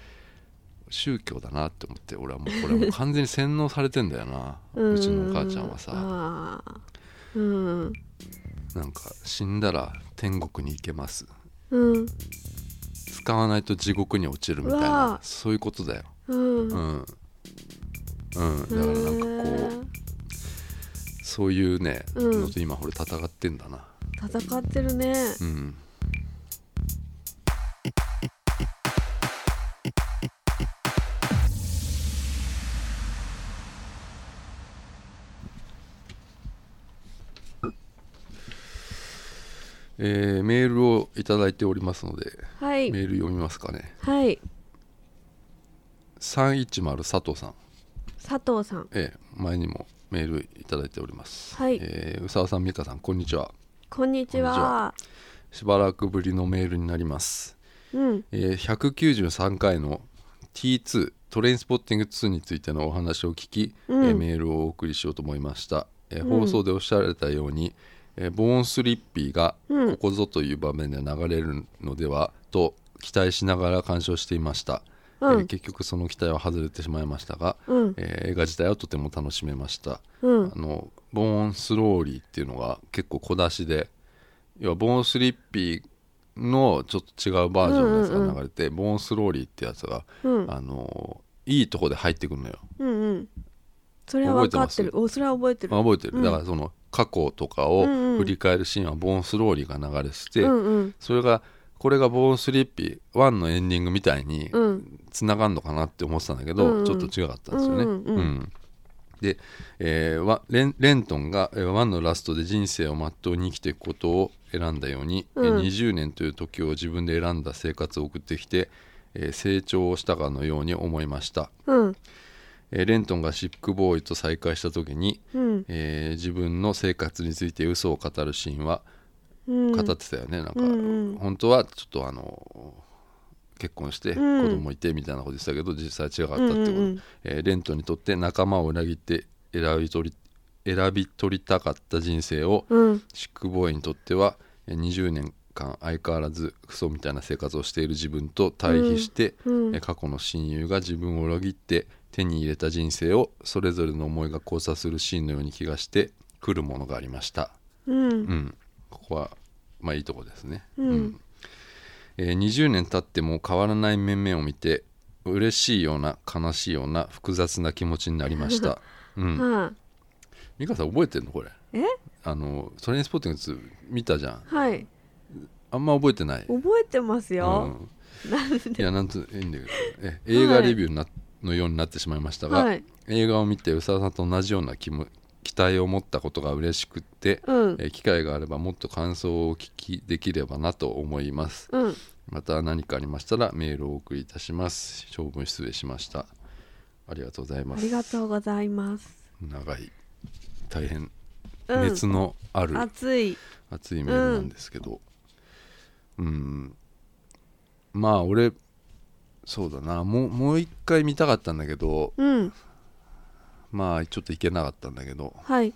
S1: 宗教だなって思って俺はもうこれもう完全に洗脳されてんだよなうちのお母ちゃんはさ。
S2: あーうん
S1: なんか死んだら天国に行けます
S2: うん
S1: 使わないと地獄に落ちるみたいうな
S2: わ
S1: そういうことだよ
S2: うん
S1: う
S2: うん
S1: ん、うん、だからなんかこうそういうね、
S2: うん
S1: のと今俺戦ってんだな
S2: 戦ってるね
S1: うんえーメールをいただいておりますので
S2: はい
S1: メール読みますかね
S2: はい
S1: 310佐藤さん、
S2: 佐藤さん
S1: ええ前にもメールいただいております、
S2: はい
S1: えー宇沢さん美香さんこんにちは
S2: こんにちは
S1: しばらくぶりのメールになります、
S2: うん
S1: えー193回の T2 トレインスポッティング2についてのお話を聞き、
S2: うん
S1: えーメールをお送りしようと思いました、えー
S2: うん
S1: 放送でおっしゃられたように、えーボーンスリッピーが
S2: うん
S1: ここぞという場面で流れるのではと期待しながら鑑賞していました、え
S2: う
S1: ー
S2: ん
S1: 結局その期待は外れてしまいましたが、
S2: うん
S1: えー映画自体はとても楽しめました、
S2: うん
S1: あのボーンスローリーっていうのが結構小出しで要はボーンスリッピーのちょっと違うバージョンのやつ
S2: うんうん
S1: が
S2: うん
S1: 流れて、ボーンスローリーってやつが、
S2: うん
S1: あのいいとこで入ってくるのよ、
S2: うんうんそれは分かって
S1: 覚え
S2: る
S1: て
S2: おそれは覚えてる
S1: まあ、覚えてる、
S2: うん
S1: だからその過去とかを
S2: うんうん
S1: 振り返るシーンはボーンスローリーが流れてて、
S2: うんうん
S1: それがこれが「ボーンスリーピー1」のエンディングみたいに
S2: うん
S1: 繋がんのかなって思ってたんだけど、
S2: うんうん
S1: ちょっと違かったんですよね。
S2: うんうんうん
S1: で、えーワレンレントンがえーワンのラストで人生を全うに生きていくことを選んだように、えー
S2: うん
S1: 20年という時を自分で選んだ生活を送ってきて、えー成長をしたかのように思いました、
S2: うん
S1: えーレントンがシックボーイと再会した時に、
S2: うん
S1: えー自分の生活について嘘を語るシーンは
S2: うん
S1: 語ってたよね、なんか、
S2: うんうん
S1: 本当はちょっとあの結婚して子
S2: うん
S1: 供いてみたいなこと言ってたけど、実際違かった
S2: う
S1: っ
S2: ん
S1: てこと、
S2: うんうん
S1: えーレントにとって仲間を裏切って選び取り選び取りたかった人生を、
S2: うん
S1: シックボーイにとってはえー20年間相変わらずクソみたいな生活をしている自分と対比して、
S2: うんうん
S1: えー過去の親友が自分を裏切って手に入れた人生をそれぞれの思いが交差するシーンのように気がしてくるものがありました。
S2: うん
S1: うん、ここはまあいいとこですね、
S2: うん
S1: えー20年経っても変わらない面々を見て嬉しいような悲しいような複雑な気持ちになりま した、うん、
S2: は
S1: 美香さん覚えてんのこれ
S2: いえ
S1: あのトレインスポッティング2見たじゃん
S2: はい
S1: あんま覚えてない、
S2: 覚えてます
S1: う
S2: よ、
S1: ん
S2: なんで
S1: いやなんといいんだけどえ映画レビューな、のようになってしまいましたが、
S2: はい
S1: 映画を見て宇佐田さんと同じような気も期待を持ったことが嬉しくて、
S2: うん
S1: えー機会があればもっと感想をお聞きできればなと思います
S2: うん
S1: また何かありましたらメールをお送りいたします長文失礼しましたありがとうございま
S2: あ
S1: す
S2: りがとうございます
S1: 長い大変
S2: うん
S1: 熱のある
S2: 暑い
S1: 熱いメールなんですけどうんまあ俺そうだなもうもう一回見たかったんだけど
S2: うん
S1: まあちょっと行けなかったんだけど、
S2: はい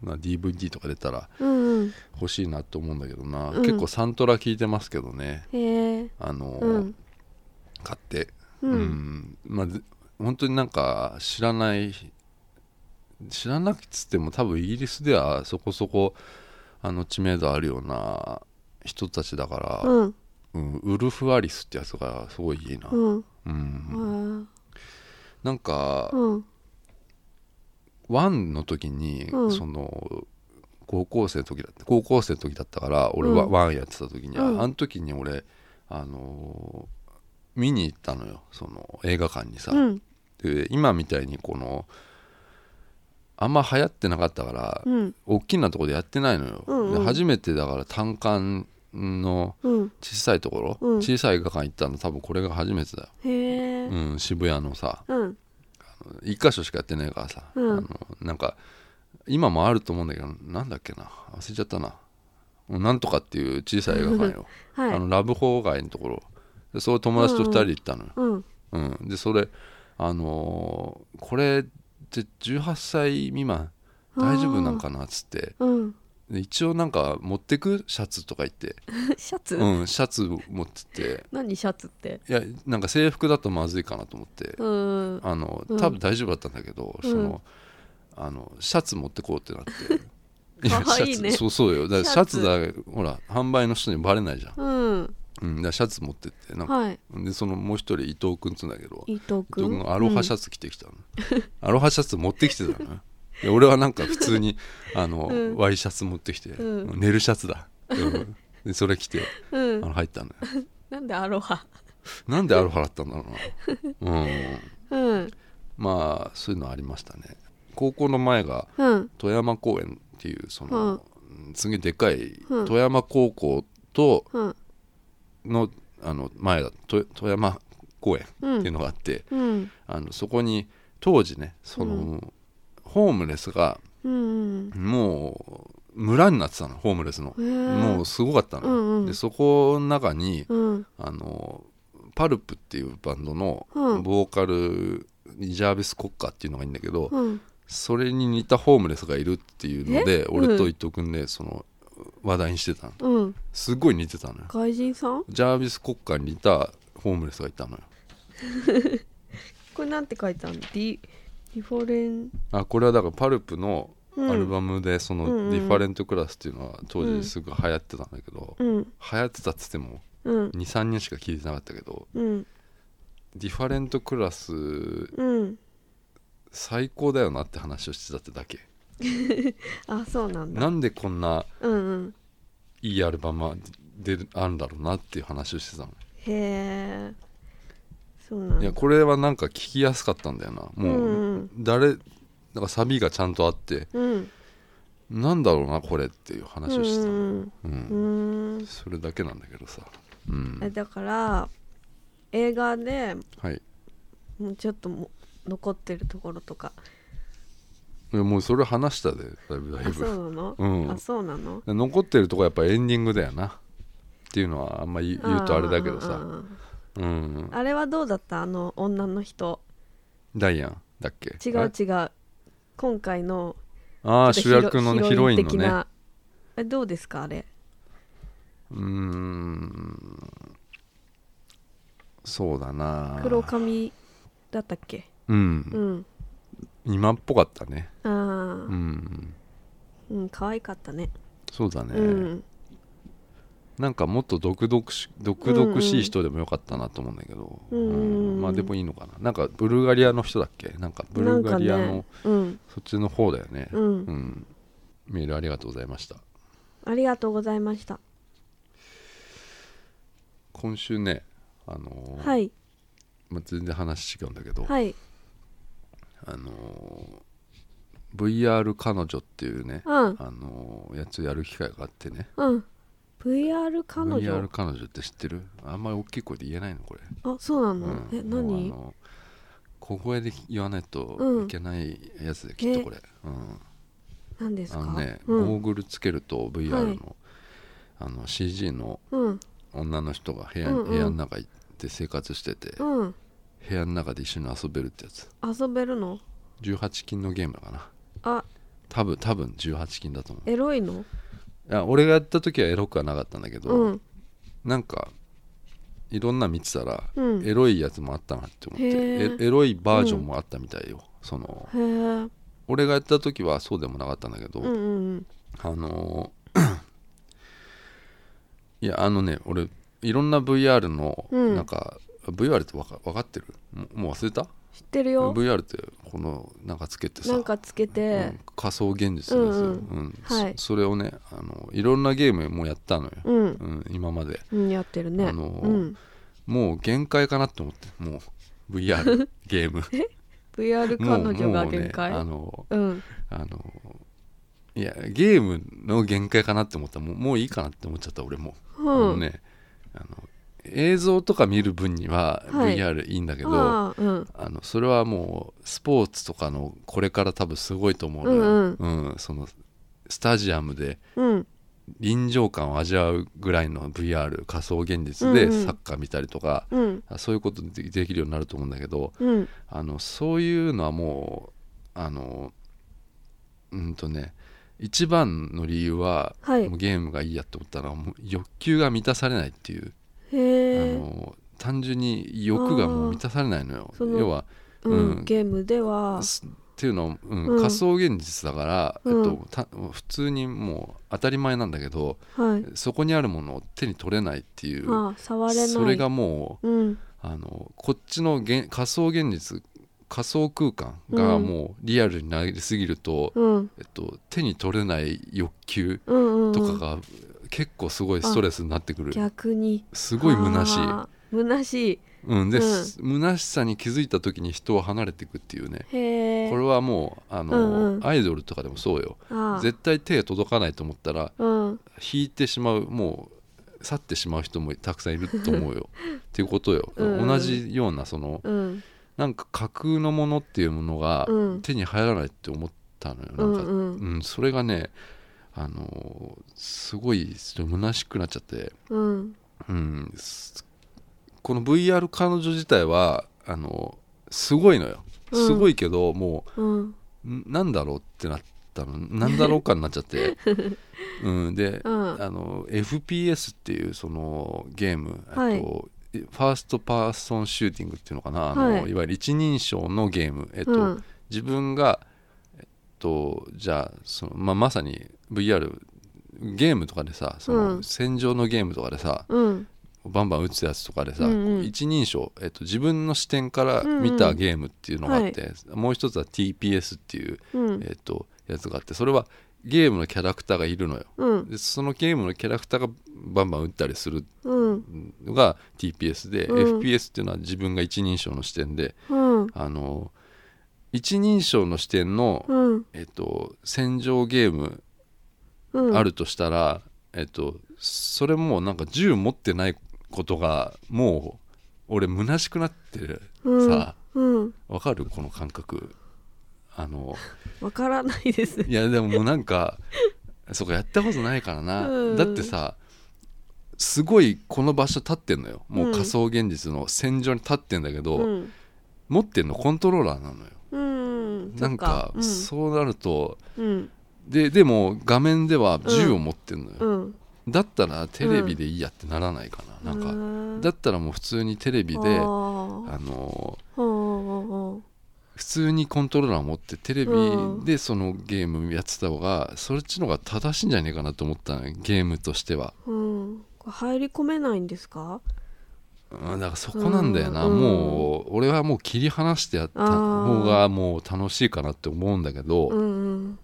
S1: まあ、DVD とか出たら
S2: うんうん
S1: 欲しいなと思うんだけどな、
S2: うん
S1: 結構サントラ聞いてますけどね
S2: へえ
S1: あの、
S2: うん
S1: 買って
S2: う
S1: うんんまあぜ本当になんか知らない知らなくつっても多分イギリスではそこそこあの知名度あるような人たちだから、
S2: うん
S1: うんウルフ・アリスってやつがすごいいいな、うん
S2: うんうん
S1: なんか、
S2: うん
S1: ワンの時に、
S2: うん
S1: その高校生の時だった高校生の時だったから俺は
S2: うん
S1: ワンやってた時に、あ
S2: うん
S1: あの時に俺あのー見に行ったのよその映画館にさ、
S2: うん
S1: で今みたいにこのあんま流行ってなかったから、
S2: うん
S1: 大きなとこでやってないのよ、
S2: うんうん
S1: で初めてだから単館の
S2: うん
S1: 小さいところ、
S2: うん
S1: 小さい映画館行ったの多分これが初めてだよ、
S2: へえ
S1: うん、渋谷のさ
S2: うん
S1: 一箇所しかやってないからさ、
S2: うん
S1: あのなんか今もあると思うんだけどなんだっけな忘れちゃったなうんなんとかっていう小さい映画館よ、
S2: は
S1: あ
S2: い
S1: のラブホ街のところでそれ友達と二人で行ったのよ、
S2: うん
S1: うん、でそれあのーこれって18歳未満大丈夫なんかなっつって
S2: うん
S1: で一応なんか持ってくシャツとか言って、
S2: シャツ
S1: うん、シャツ持ってって
S2: 何シャツって
S1: いやなんか制服だとまずいかなと思って、
S2: うん
S1: あの
S2: うん
S1: 多分大丈夫だったんだけど、
S2: うん
S1: そのあのシャツ持ってこうって なって。
S2: かわいいね
S1: シャツそうそうよだからシ
S2: シ
S1: ャ
S2: ャツ
S1: ツだほら販売の人にバレないじゃん、
S2: うん
S1: うん、だからシャツ持ってってなんか、
S2: はい
S1: でそのもう一人伊藤君っつうんだけど、
S2: 伊藤
S1: 伊藤君
S2: 君
S1: がアロハシャツ着てきた の、アロハシャツ持ってきてたのねで俺はなんか普通 にあの、
S2: うん
S1: ワイシャツ持ってきて、
S2: う
S1: 寝るシャツだ、うんでそれ着て
S2: う
S1: あ
S2: んうん
S1: の入ったのよ
S2: なんでアロハ
S1: なんでアロハだったんだろうなうん
S2: うん
S1: まあそういうのありましたね高校の前が
S2: うん
S1: 富山公園っていうその、すげえでかい、
S2: うん
S1: 富山高校と
S2: うん
S1: のあの前だと富山公園
S2: うん
S1: っていうのがあって、
S2: うん
S1: あのそこに当時ねその、
S2: う
S1: ホームレスが
S2: うん
S1: もう村になってたのホームレスの、
S2: へー
S1: もうすごかったの、
S2: うんうん
S1: でそこの中に、
S2: うん
S1: あのパルプっていうバンドの
S2: うん
S1: ボーカル、ジャービス・コッカーっていうのがいいんだけど、
S2: うん
S1: それに似たホームレスがいるっていうので
S2: え
S1: 俺と
S2: うん
S1: 伊藤君でその話題にしてたの
S2: うん
S1: すごい似てたのよ
S2: 外人さん
S1: ジャービス・コッカーに似たホームレスがいたのよ
S2: これなんて書いてあるのディディフォレン
S1: あこれはだからパルプの
S2: うん
S1: アルバムでその
S2: うんうん
S1: 「ディファレントクラス」っていうのは当時すぐ流行ってたんだけど、
S2: うん
S1: 流行ってたっつっても
S2: うん
S1: 23年しか聴いてなかったけど
S2: うん
S1: 「ディファレントクラス
S2: うん
S1: 最高だよな」って話をしてたってだけ
S2: あそうなんだ
S1: なんでこんな
S2: うんうん
S1: いいアルバム出るあるんだろうなっていう話をしてたの
S2: へえそうなん
S1: い
S2: だ
S1: やこれはなんか聞きやすかったんだよなも
S2: うんう
S1: うん誰なんかサビがちゃんとあって
S2: うん
S1: なんだろうなこれっていう話をしてた
S2: う
S1: のう
S2: んうんんうん
S1: それだけなんだけどさうん
S2: えだから映画で
S1: はい
S2: もうちょっとも残ってるところとか
S1: いやもうそれ話したでだいぶだい
S2: あそ
S1: ぶ
S2: うなの、
S1: うん
S2: あそうなの
S1: 残ってるとこやっぱエンディングだよなっていうのはあんま言う言うとあれだけど
S2: あ
S1: さ
S2: ー
S1: うん
S2: あれはどうだったあの女の人
S1: ダイアンだっけ
S2: 違
S1: あ
S2: う
S1: れ
S2: 違う今回の
S1: あー
S2: ち
S1: 主
S2: ょっと
S1: 役のねヒ
S2: ヒ
S1: ロ
S2: ロ
S1: イ
S2: イ
S1: ン
S2: ン
S1: の
S2: 的
S1: ね
S2: なえどうですかあれ
S1: うーんそうだな
S2: 黒髪だったっけ
S1: う
S2: うんん
S1: 今っぽかったね
S2: あ
S1: う
S2: あ
S1: ん
S2: うん可愛かったね
S1: そうだね、
S2: うん
S1: なんかもっと毒々し毒々しい人でもよかったなと思うんだけど、
S2: うんうん
S1: まあでもいいのかななんかブルガリアの人だっけなんかブルガリアの、
S2: なんかねうん
S1: そっちの方だよね
S2: うん
S1: んメールありがとうございました
S2: ありがとうございました
S1: 今週ねあのー
S2: はい
S1: まあ、全然話違うんだけど、
S2: はい
S1: あのー VR 彼女っていうね、
S2: うん
S1: あのーやつやる機会があってね
S2: うん VR 彼
S1: VR
S2: 女
S1: 彼女って知ってるあんまり大きい声で言えないのこれ、
S2: あそうな
S1: う
S2: の
S1: ん
S2: え
S1: もうあ
S2: 何
S1: の小声で言わないと
S2: うん
S1: いけないやつできっとこれ、うん、
S2: 何です
S1: あ
S2: か
S1: のね、
S2: う
S1: ゴー
S2: ん
S1: グルつけると VR の,、
S2: はい
S1: あの CG の
S2: うん
S1: 女の人が部屋,、
S2: うんうん
S1: 部屋の中行って生活してて、
S2: うん
S1: 部屋の中で一緒に遊べるってやつ
S2: 遊べるの
S1: 18禁のゲームだかな
S2: あ
S1: 多分多分18禁だと思う
S2: エロいの
S1: いや俺がやった時はエロくはなかったんだけど、
S2: うん
S1: なんかいろんな見てたら、
S2: うん
S1: エロいやつもあったなって思って
S2: へー
S1: えエロいバージョンもあったみたいよ、その
S2: へえうん
S1: 俺がやった時はそうでもなかったんだけど、
S2: うんうん
S1: あのー いやあのね俺いろんな VR の
S2: うん
S1: なんか、VR ってわか分かってるもうもう忘れた
S2: 知ってるよ
S1: VR ってこのなんかつけてさ
S2: なんかつけ
S1: う
S2: て
S1: ん仮想現実のやつ、
S2: うんうん
S1: うん
S2: はい
S1: そそれをねあのいろんなゲームもやったのよ、
S2: うん
S1: うん今まで
S2: うんやってるね
S1: あのー
S2: うん
S1: もう限界かなって思ってもう VR ゲーム
S2: VR
S1: もう
S2: 彼女が
S1: もうね
S2: 限界
S1: あの
S2: うん
S1: あのいやゲームの限界かなって思ったもうもういいかなって思っちゃった俺も、あ
S2: う
S1: の
S2: ん
S1: ねあの映像とか見る分には
S2: はい
S1: VR いいんだけど、
S2: ああうん
S1: あのそれはもうスポーツとかのこれから多分すごいと思うのよ、うんそのスタジアムで
S2: うん
S1: 臨場感を味わうぐらいの VR 仮想現実で
S2: うんうん
S1: サッカー見たりとか、
S2: うん
S1: あそういうことでできるようになると思うんだけど
S2: うん
S1: あのそういうのはもうあのうんとね一番の理由は、
S2: はい
S1: もうゲームがいいやって思ったのはもう欲求が満たされないっていう、
S2: へ
S1: あ
S2: え
S1: の単純に欲がもう満たされないのよ
S2: あーその
S1: 要はうん
S2: うんゲームでは
S1: すっていうのは、うん
S2: うん
S1: 仮想現実だから、
S2: うん
S1: えっと、た普通にもう当たり前なんだけど
S2: はい
S1: そこにあるものを手に取れないっていう
S2: ああ触れない
S1: それがもう
S2: うん
S1: あのこっちの現仮想現実仮想空間が
S2: うん
S1: もうリアルになりすぎると、
S2: うん
S1: えっと、手に取れない欲求
S2: うんうんうん
S1: とかが結構すごいストレスになってくる、
S2: 逆に
S1: すごい虚しい、
S2: ああ虚し
S1: うん、で、
S2: うん
S1: 虚しさに気づいた時に人を離れていくっていうね
S2: いへえ
S1: これはもうあの、
S2: うんうん
S1: アイドルとかでもそうよ
S2: ああ
S1: 絶対手届かないと思ったら
S2: うん
S1: 引いてしまうもう去ってしまう人もたくさんいると思 うよっていうことよ、
S2: うん
S1: 同じようなその
S2: うん
S1: なんか架空のものっていうものが
S2: うん
S1: 手に入らないって思ったのよ、
S2: う
S1: なんんか、
S2: うん
S1: うんそれがねあのーすごいちょっと虚しくなっちゃって、
S2: うん
S1: うん、すこの VR 彼女自体はあのーすごいのよ
S2: うん
S1: すごいけど、も
S2: うん
S1: うんなんだろうってなったのなんだろうかになっちゃって うんで、
S2: うん
S1: あの FPS っていうそのゲーム、
S2: はい
S1: あとファーストパーソンシューティングっていうのかなあの、
S2: はい
S1: い、わゆる一人称のゲーム、えっと
S2: うん
S1: 自分が、えっと、じゃあその、まあ、まさに VR ゲームとかでさそうの
S2: ん
S1: 戦場のゲームとかでさ、
S2: うん
S1: バンバン打つやつとかでさ、
S2: うんうん
S1: 一人称、えっと、自分の視点から見たゲームっていうのがあって、もう一つは TPS っていう、
S2: うん
S1: えっとやつがあってそれはゲームのキャラクターがいるのよ
S2: うん
S1: でそのゲームのキャラクターがバンバン撃ったりする
S2: うん
S1: のが TPS で、
S2: うん
S1: FPS っていうのは自分が一人称の視点で
S2: うん
S1: あの一人称の視点の、
S2: うん
S1: えっと、戦場ゲーム
S2: うん
S1: あるとしたら、えっと、それもなんか銃持ってないことがもう俺虚しくなってる、
S2: うん
S1: さ
S2: うん
S1: わかるこの感覚あの
S2: わからないです
S1: いやでももうなんかそうかやったことないからな、
S2: うん
S1: だってさすごいこの場所立ってんのよもううん仮想現実の戦場に立ってんだけど、
S2: うん
S1: 持ってんのコントローラーなのよ
S2: うん
S1: なんか
S2: そっ
S1: そうなると
S2: うん
S1: ででも画面では銃を持ってんのよ、
S2: うん
S1: だったらテレビでいいやってならないかな、
S2: う
S1: なんか
S2: ん
S1: だったらもう普通にテレビ
S2: あ
S1: であ
S2: ー
S1: のー
S2: ほうほうほう
S1: 普通にコントローラー持ってテレビでそのゲームやってた方がそっちの方が正しいんじゃねえかなと思ったのよゲームとしては
S2: うん、これ入り込めないんですか
S1: うんだからそこなんだよな、
S2: うん
S1: もう俺はもう切り離してやった
S2: あ
S1: 方
S2: ー
S1: がもう楽しいかなって思うんだけど、
S2: うん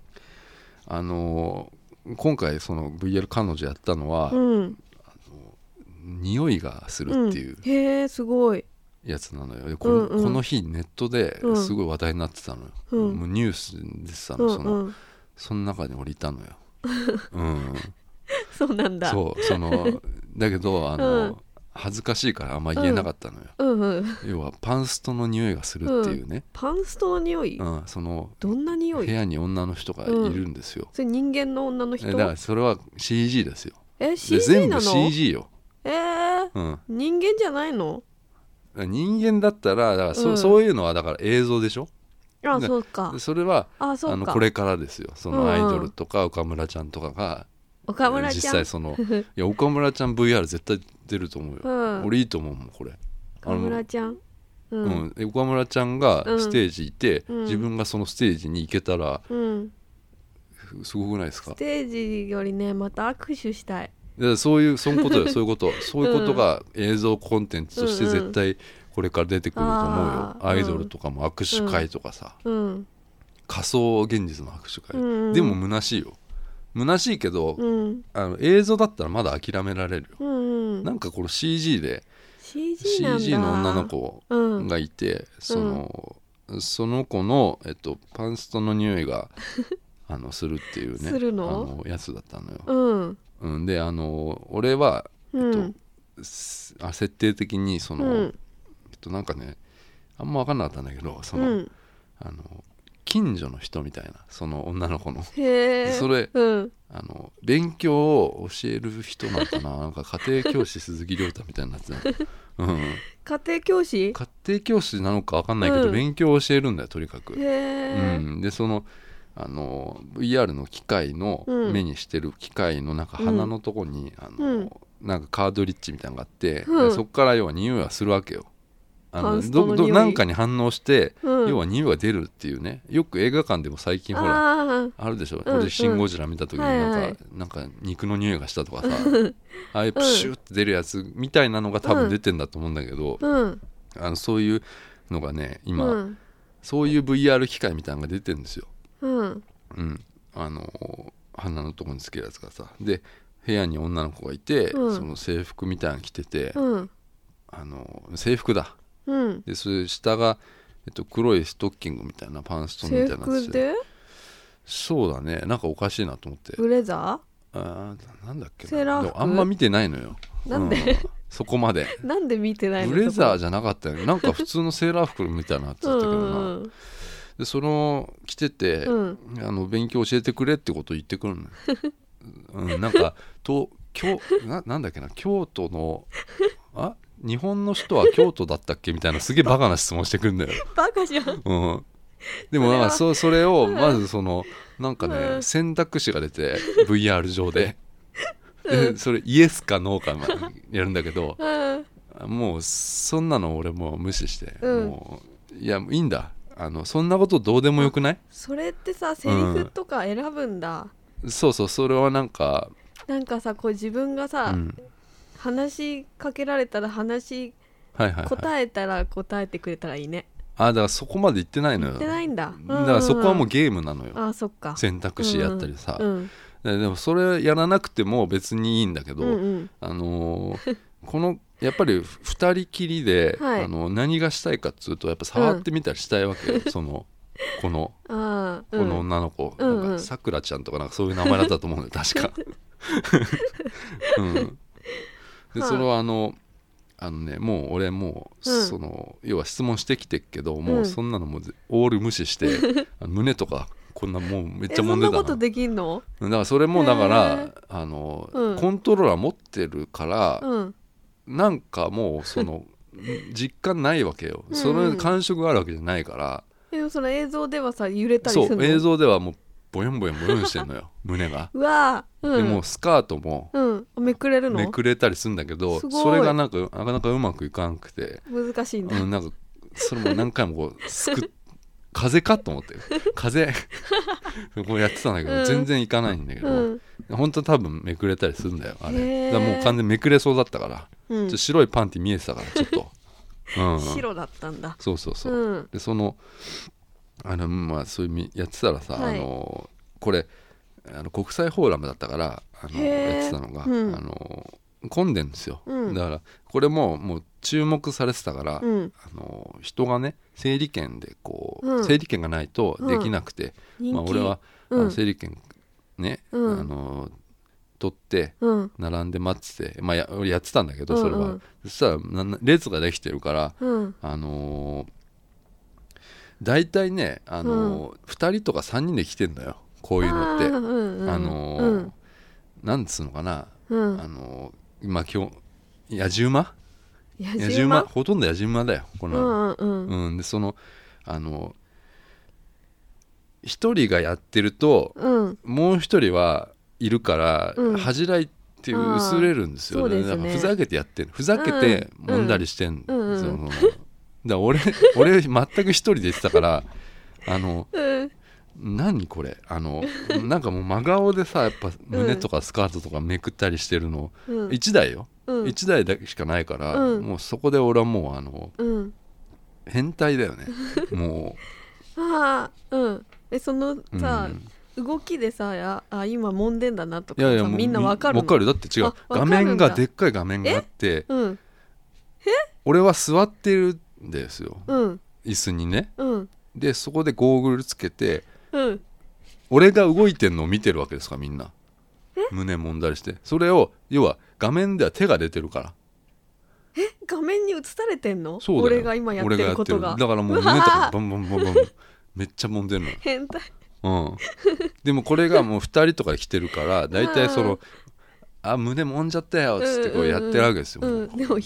S1: あのー今回その VL 彼女やったのは、
S2: うんうん
S1: 匂いがするっていう
S2: うん、へえすごい
S1: やつなのよ、でこの
S2: うんうん
S1: この日ネットで
S2: うん
S1: すごい話題になってたのよ、
S2: うん
S1: もうニュースに出てた
S2: う
S1: の、
S2: ん
S1: その
S2: うん
S1: その中に俺いたのよ、うん、
S2: そうなんだ
S1: そうそのだけどあの、
S2: うん
S1: 恥ずかしいからあんま言えなかったのよ、
S2: うんうん
S1: 要はパンストの匂いがするっていうね、
S2: パンストの匂い、
S1: うんその
S2: どんな匂
S1: 部
S2: い
S1: 屋に女の人がいるんですよ、
S2: それ人間の女の
S1: え
S2: 人
S1: だからそれは CG ですよ
S2: え
S1: で
S2: CG
S1: 全部
S2: なの
S1: CG よ、
S2: えー、
S1: うん、
S2: 人間じゃないの
S1: 人間だったらだからそ,、う
S2: うん
S1: そういうのはだから映像でしょ
S2: あ
S1: ね
S2: そうか
S1: でそれは
S2: あそうか
S1: あのこれからですよそ
S2: うんう
S1: の
S2: ん
S1: アイドルとか岡村ちゃんとかが、
S2: 岡村ち
S1: 実
S2: ゃん
S1: 際そのいや岡村ちゃん VR 絶対出ると思うよ、
S2: うん
S1: 俺いいと思うもんこれあ
S2: 岡
S1: の
S2: 村ちゃんう
S1: うん
S2: ん
S1: で岡村ちゃんが
S2: うん
S1: ステージいて、
S2: うん
S1: 自分がそのステージに行けたら
S2: うん
S1: すごくないですか
S2: ステージよりねまた握手したい
S1: だからそういうそういうことよ そういうことそういうことが映像コンテンツとして
S2: うんうん
S1: 絶対これから出てくると思うよ、
S2: あー
S1: アイドルとかも握手会とかさ、
S2: うん
S1: 仮想現実の握手会、
S2: うん
S1: でも虚しいよ虚しいけど、
S2: うん
S1: あの映像だったらまだ諦められるよ、
S2: うんう
S1: なんんかこの CG で
S2: CG なんだ
S1: CG の女の子
S2: うん
S1: がいて、そのその子の、えっと、パンストの匂いが あのするっていうね
S2: するの
S1: あのやつだったのよ、
S2: うん
S1: うん、であの俺は、
S2: う
S1: えっと
S2: ん
S1: すあ設定的にその、
S2: うん
S1: えっとなんかねあんま分かんなかったんだけどその、
S2: うん
S1: あの近所の人みたいなその女の子の
S2: へえ
S1: それ
S2: うん
S1: あの勉強を教える人なのかな なんか家庭教師鈴木亮太みたいなやつなの、 うん、
S2: 家庭教師
S1: 家庭教師なのか分かんないけど、
S2: うん
S1: 勉強を教えるんだよとにかく、
S2: へえ
S1: うん、でそのあの VR の機械の、
S2: うん
S1: 目にしてる機械のなんか
S2: うん
S1: 鼻のとこに、あの
S2: うん
S1: なんかカードリッジみたいなのがあって、
S2: うん
S1: でそこから要は匂いはするわけよ。あ
S2: パ
S1: の
S2: ンスト
S1: ど
S2: の
S1: ど
S2: 匂い
S1: なんかに反応して、
S2: うん
S1: 要は匂いが出るっていうねよく映画館でも最近ほら
S2: あ
S1: あるでしょ、
S2: うん
S1: 俺シン・ゴジラ見た時になんか,、
S2: はいはい
S1: なんか肉の匂いがしたとかさああいうプシューって出るやつみたいなのが多分出てんだと思うんだけど
S2: あ、うん
S1: あのそういうのがね今、
S2: うん
S1: そういう VR 機械みたいなのが出てるんですよ、
S2: うん
S1: うん、あの鼻のとこにつけるやつがさで部屋に女の子がいて、
S2: うん
S1: その制服みたいなの着てて、
S2: うん
S1: あの制服だ
S2: うん
S1: でそれ下が、えっと、黒いストッキングみたいなパンストンみた
S2: 制
S1: いなやつ
S2: 服で
S1: そうだねなんかおかしいなと思って
S2: ブレザ
S1: あーなんだっけな
S2: セーラー
S1: で
S2: 服
S1: もあんま見てないのよ
S2: なんで
S1: うんそこまで
S2: ーなんで見てないの
S1: ブレザー
S2: じ
S1: じゃなかったよねなんか普通のセーラー服みたいなのあってたけどな、
S2: うん
S1: でその着てて、
S2: うん
S1: あの勉強教えてくれってこと言ってくるのよ、 うん、なんかと京ななんだっけな京都のあ日本の人は京都だったっけみたいなすげえバカな質問してくるんだよ
S2: バカじゃん
S1: うん、でもなんかそそれをまずそのなんかね、
S2: うん
S1: 選択肢が出て VR 上で
S2: う
S1: でそれイエスかノーかまあやるんだけど
S2: うん
S1: もうそんなの俺もう無視して、
S2: うん
S1: もういやいいんだあのそんなことどうでもよくない
S2: それってさセリフとか選ぶんだ
S1: そうそうそれはなんか、
S2: なんかさこう自分が
S1: う
S2: さ
S1: ん、
S2: 話しかけられたら話し
S1: はいはい、はい、
S2: 答えたら答えてくれたらいいね
S1: あだからそこまで行ってないの
S2: 行
S1: よ
S2: ってないんだ。
S1: だからそこはもう
S2: うん
S1: ゲームなのよ
S2: あーそっか。
S1: 選択肢やったりさ、
S2: うん
S1: でもそれやらなくても別にいいんだけど、
S2: うんうん
S1: あのー このやっぱり2人きりで、
S2: はい
S1: あの何がしたいかっつうとやっぱ触ってみたりしたいわ けよ、そのこの
S2: あー
S1: こ
S2: うん
S1: の女の子、
S2: うん
S1: な
S2: うんん
S1: かさくらちゃんとかなんかそういう名前だったと思うんだよ 確か。うん、で
S2: はい
S1: それはあのあのねもう俺もう、
S2: うん
S1: その要は質問してきてっけども
S2: う
S1: うんそんなのもうぜオール無視して あの胸とかこんなもうめっ
S2: え
S1: ちゃ
S2: そ
S1: 揉ん
S2: ん
S1: で
S2: な
S1: たな
S2: ことできんの？
S1: だからそれもだから、
S2: へー
S1: あの、
S2: うん
S1: コントローラー持ってるから、
S2: うん。
S1: なんかもうそ の実感ないわけよ、
S2: うん
S1: その感触があるわけじゃないから、
S2: でもその映像ではさ揺れたり
S1: そ
S2: するの。
S1: う映。像ではもうボヨンボヨンボヨンしてんの よ胸が、
S2: うわー。うん。
S1: でもうスカートも
S2: うん。めくれるの
S1: め？くれたりするんだけど
S2: すごい
S1: それがなんかなかなかうまくいかなくて、
S2: 難しいんだ
S1: う。ん、なんかそれも何回もこうすく 風かと思って風 こうやってたんだけど、
S2: うん
S1: 全然いかないんだけど、
S2: うん。
S1: 本当多分めくれたりするんだよあれ
S2: へー
S1: だからもう完全にめくれそうだったから、
S2: う
S1: ちょ
S2: ん
S1: っと。白いパンティ見えてたからちょっと、うん、
S2: 白だったんだ。
S1: そうそうそう、
S2: うん。
S1: でそのあのまあそういうみやってたらさ、
S2: はい
S1: あのこれあの国際フォーラムだったからあの
S2: へー
S1: やってたのが、
S2: うん
S1: あの混んでんですよ、
S2: うん
S1: だからこれももう注目されてたから、
S2: うん。
S1: あの人がね整理券でこう、
S2: うん
S1: 整理券がないとできなくて、
S2: 人気。
S1: まあ、俺は、
S2: う
S1: あ
S2: ん
S1: の整理券ね、
S2: うん
S1: あの取って
S2: うん。
S1: 並んで待ってて、まあ、ややってたんだけど
S2: うんう
S1: そ
S2: ん
S1: れは、そしたらなな列ができてるから
S2: うん。
S1: あのー大体ね、あのー2人とか3人で来てんだよこういうのって
S2: あー
S1: あ、
S2: うんうん、
S1: のー
S2: うん
S1: なんつうのかな、
S2: うん
S1: あのー今今日野じ馬
S2: 野
S1: 野
S2: じ
S1: じ馬
S2: 馬
S1: ほとんど野じ馬だよこ
S2: う
S1: の、
S2: んうん
S1: う
S2: うん
S1: んでそのあの1人がやってると
S2: うん
S1: もう1人はいるから、
S2: うん
S1: 恥じらいっていう
S2: あー
S1: 薄れるんですよ
S2: そうですね
S1: だからふざけてやってるふざけて
S2: うん
S1: 揉んだりしてん、
S2: うんうん
S1: そのだから俺俺全く一人で言ってたからあの
S2: うん
S1: 何これあのなんかもう真顔でさやっぱ胸とかスカートとかめくったりしてるの、
S2: うん
S1: 1台よ、
S2: うん
S1: 1台だけしかないから、
S2: うん
S1: もうそこで俺はもうあの
S2: うん
S1: 変態だよねも
S2: ああうんえその
S1: う、うん
S2: さ、動きでさああ今揉んでんだなとか
S1: いやいや
S2: さ
S1: もう
S2: みんなわかるの
S1: わかるだって違う
S2: あ
S1: 画
S2: わかる
S1: 面
S2: んだ
S1: がでっかい画面があって
S2: うん
S1: 俺は座ってるんですよ
S2: うん
S1: 椅子にね
S2: うん
S1: でそこでゴーグルつけて
S2: うん
S1: 俺が動いてんのを見てるわけですからみんな胸揉んだりしてそれを要は画面では手が出てるから
S2: 画面に映されてんの
S1: そうだよ
S2: 俺が今やってることが
S1: 俺がやってるだからもう胸とかバンバンバンバンめっちゃ揉んでるのよ
S2: 変態
S1: うん、でもこれがもう2人とかで来てるから大体その「あ胸揉んじゃったよ」っつってこうやってるわけですよ、
S2: うんうんうんうんでも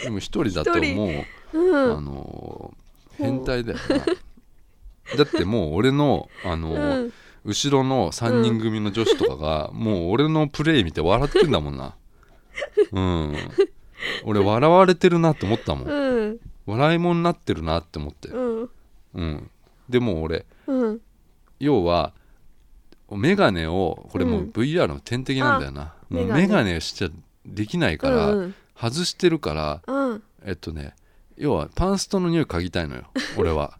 S1: でも1人だと
S2: 一人
S1: もう、
S2: うん
S1: あのー変態だよなだってもう俺の、あのー
S2: うん
S1: 後ろの3人組の女子とかが、もう俺のプレイ見て笑ってんだもんなうん俺笑われてるなって思ったもん
S2: うん
S1: 笑いもんになってるなって思って
S2: うん
S1: うんでも俺
S2: うん
S1: 要はメガネをこれもううん VR の天敵なんだよな、
S2: あ
S1: もう
S2: メガネ
S1: メガネしちゃできないから、
S2: うん
S1: 外してるから
S2: うん
S1: えっとね要はパンストの匂い嗅ぎたいの よ俺は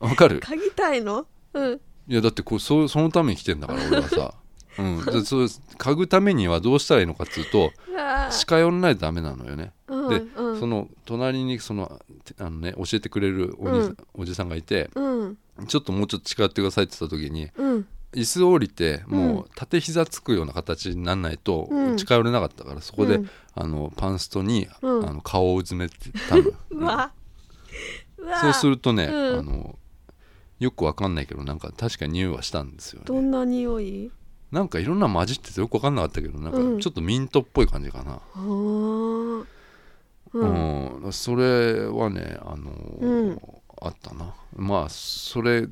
S1: わかる
S2: 嗅ぎたいのうん
S1: いやだってこうそうそのために来てんだ から俺はさうんでそう嗅ぐためにはどうしたらいいのかっつうと
S2: あー
S1: 近寄らないとダメなのよね
S2: うん
S1: で
S2: うん
S1: その隣にそのてあのね教えてくれるお兄さんおじさんがいて
S2: うん
S1: ちょっともうちょっと近寄ってくださいって言った時に
S2: うん
S1: 椅子を降りても
S2: う
S1: う縦膝つくような形にならないと
S2: うん
S1: 近寄れなかったからそこで、
S2: うん
S1: あのパンストに、
S2: うん
S1: あの顔をうずめてたの
S2: うわうわ
S1: そうするとね、
S2: うん
S1: あのよくわかんないけどなんか確かに匂いはしたんですよ
S2: ど
S1: ね
S2: んな匂い
S1: なんかいろんな混じっててよくわかんなかったけどなん
S2: うん
S1: かちょっとミントっぽい感じかな、
S2: あー
S1: う
S2: うん
S1: んそれはねあの、
S2: うん
S1: あったなまあそれ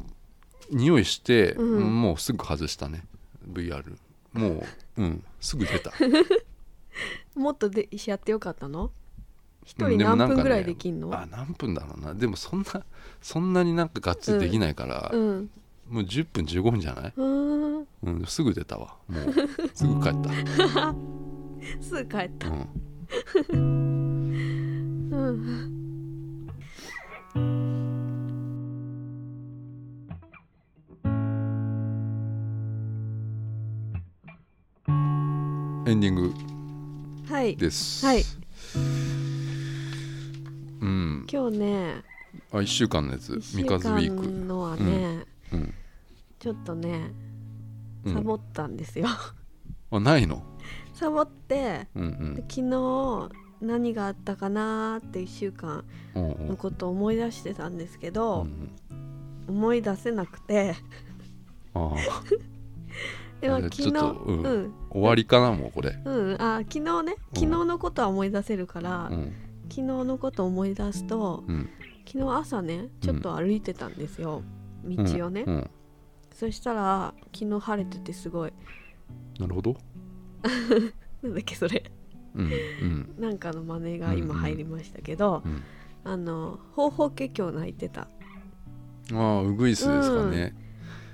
S1: 匂いして、
S2: うん
S1: もうすぐ外したね VR もう、うん、すぐ出 た
S2: もっとでやってよかったの一
S1: うん
S2: 人
S1: でも
S2: 何
S1: なんか
S2: 分
S1: ね
S2: ぐらいできんの
S1: あ何分だろうなでもそんなそんなになんかガッツリできないから、
S2: うん
S1: もう10分15分じゃない、
S2: うん
S1: うん、すぐ出たわもう すぐ帰った、
S2: すぐ帰った
S1: うん、
S2: うん
S1: エンディング
S2: はい
S1: です
S2: はい
S1: うん
S2: 今日ね
S1: あ1週間のやつ
S2: 1
S1: 三
S2: 週
S1: 日月ウィーク
S2: 間のはね、
S1: うん
S2: ちょっとね
S1: うん
S2: サボったんですよ
S1: あないの
S2: サボって
S1: うんう
S2: で
S1: ん
S2: 昨日何があったかなーって1週間
S1: おうお
S2: の
S1: う
S2: ことを思い出してたんですけ
S1: うん
S2: ど、
S1: うん
S2: 思い出せなくて
S1: ああ
S2: でも
S1: あれ
S2: 昨
S1: ちょ
S2: 日
S1: っとう
S2: うんん
S1: 終わりかなもうこれ
S2: うんあ昨日ね昨日のことは思い出せるから、
S1: うん
S2: 昨日のことを思い出すと
S1: うん
S2: 昨日朝ねちょっと歩いてたんですよ、道をね、
S1: うんうん
S2: そしたら昨日晴れててすごい
S1: なるほど
S2: なんだっけそれ
S1: うんうん
S2: なんかの真似が今入りましたけど、
S1: うん
S2: あの方法華経泣いてた
S1: ああウグイスですかね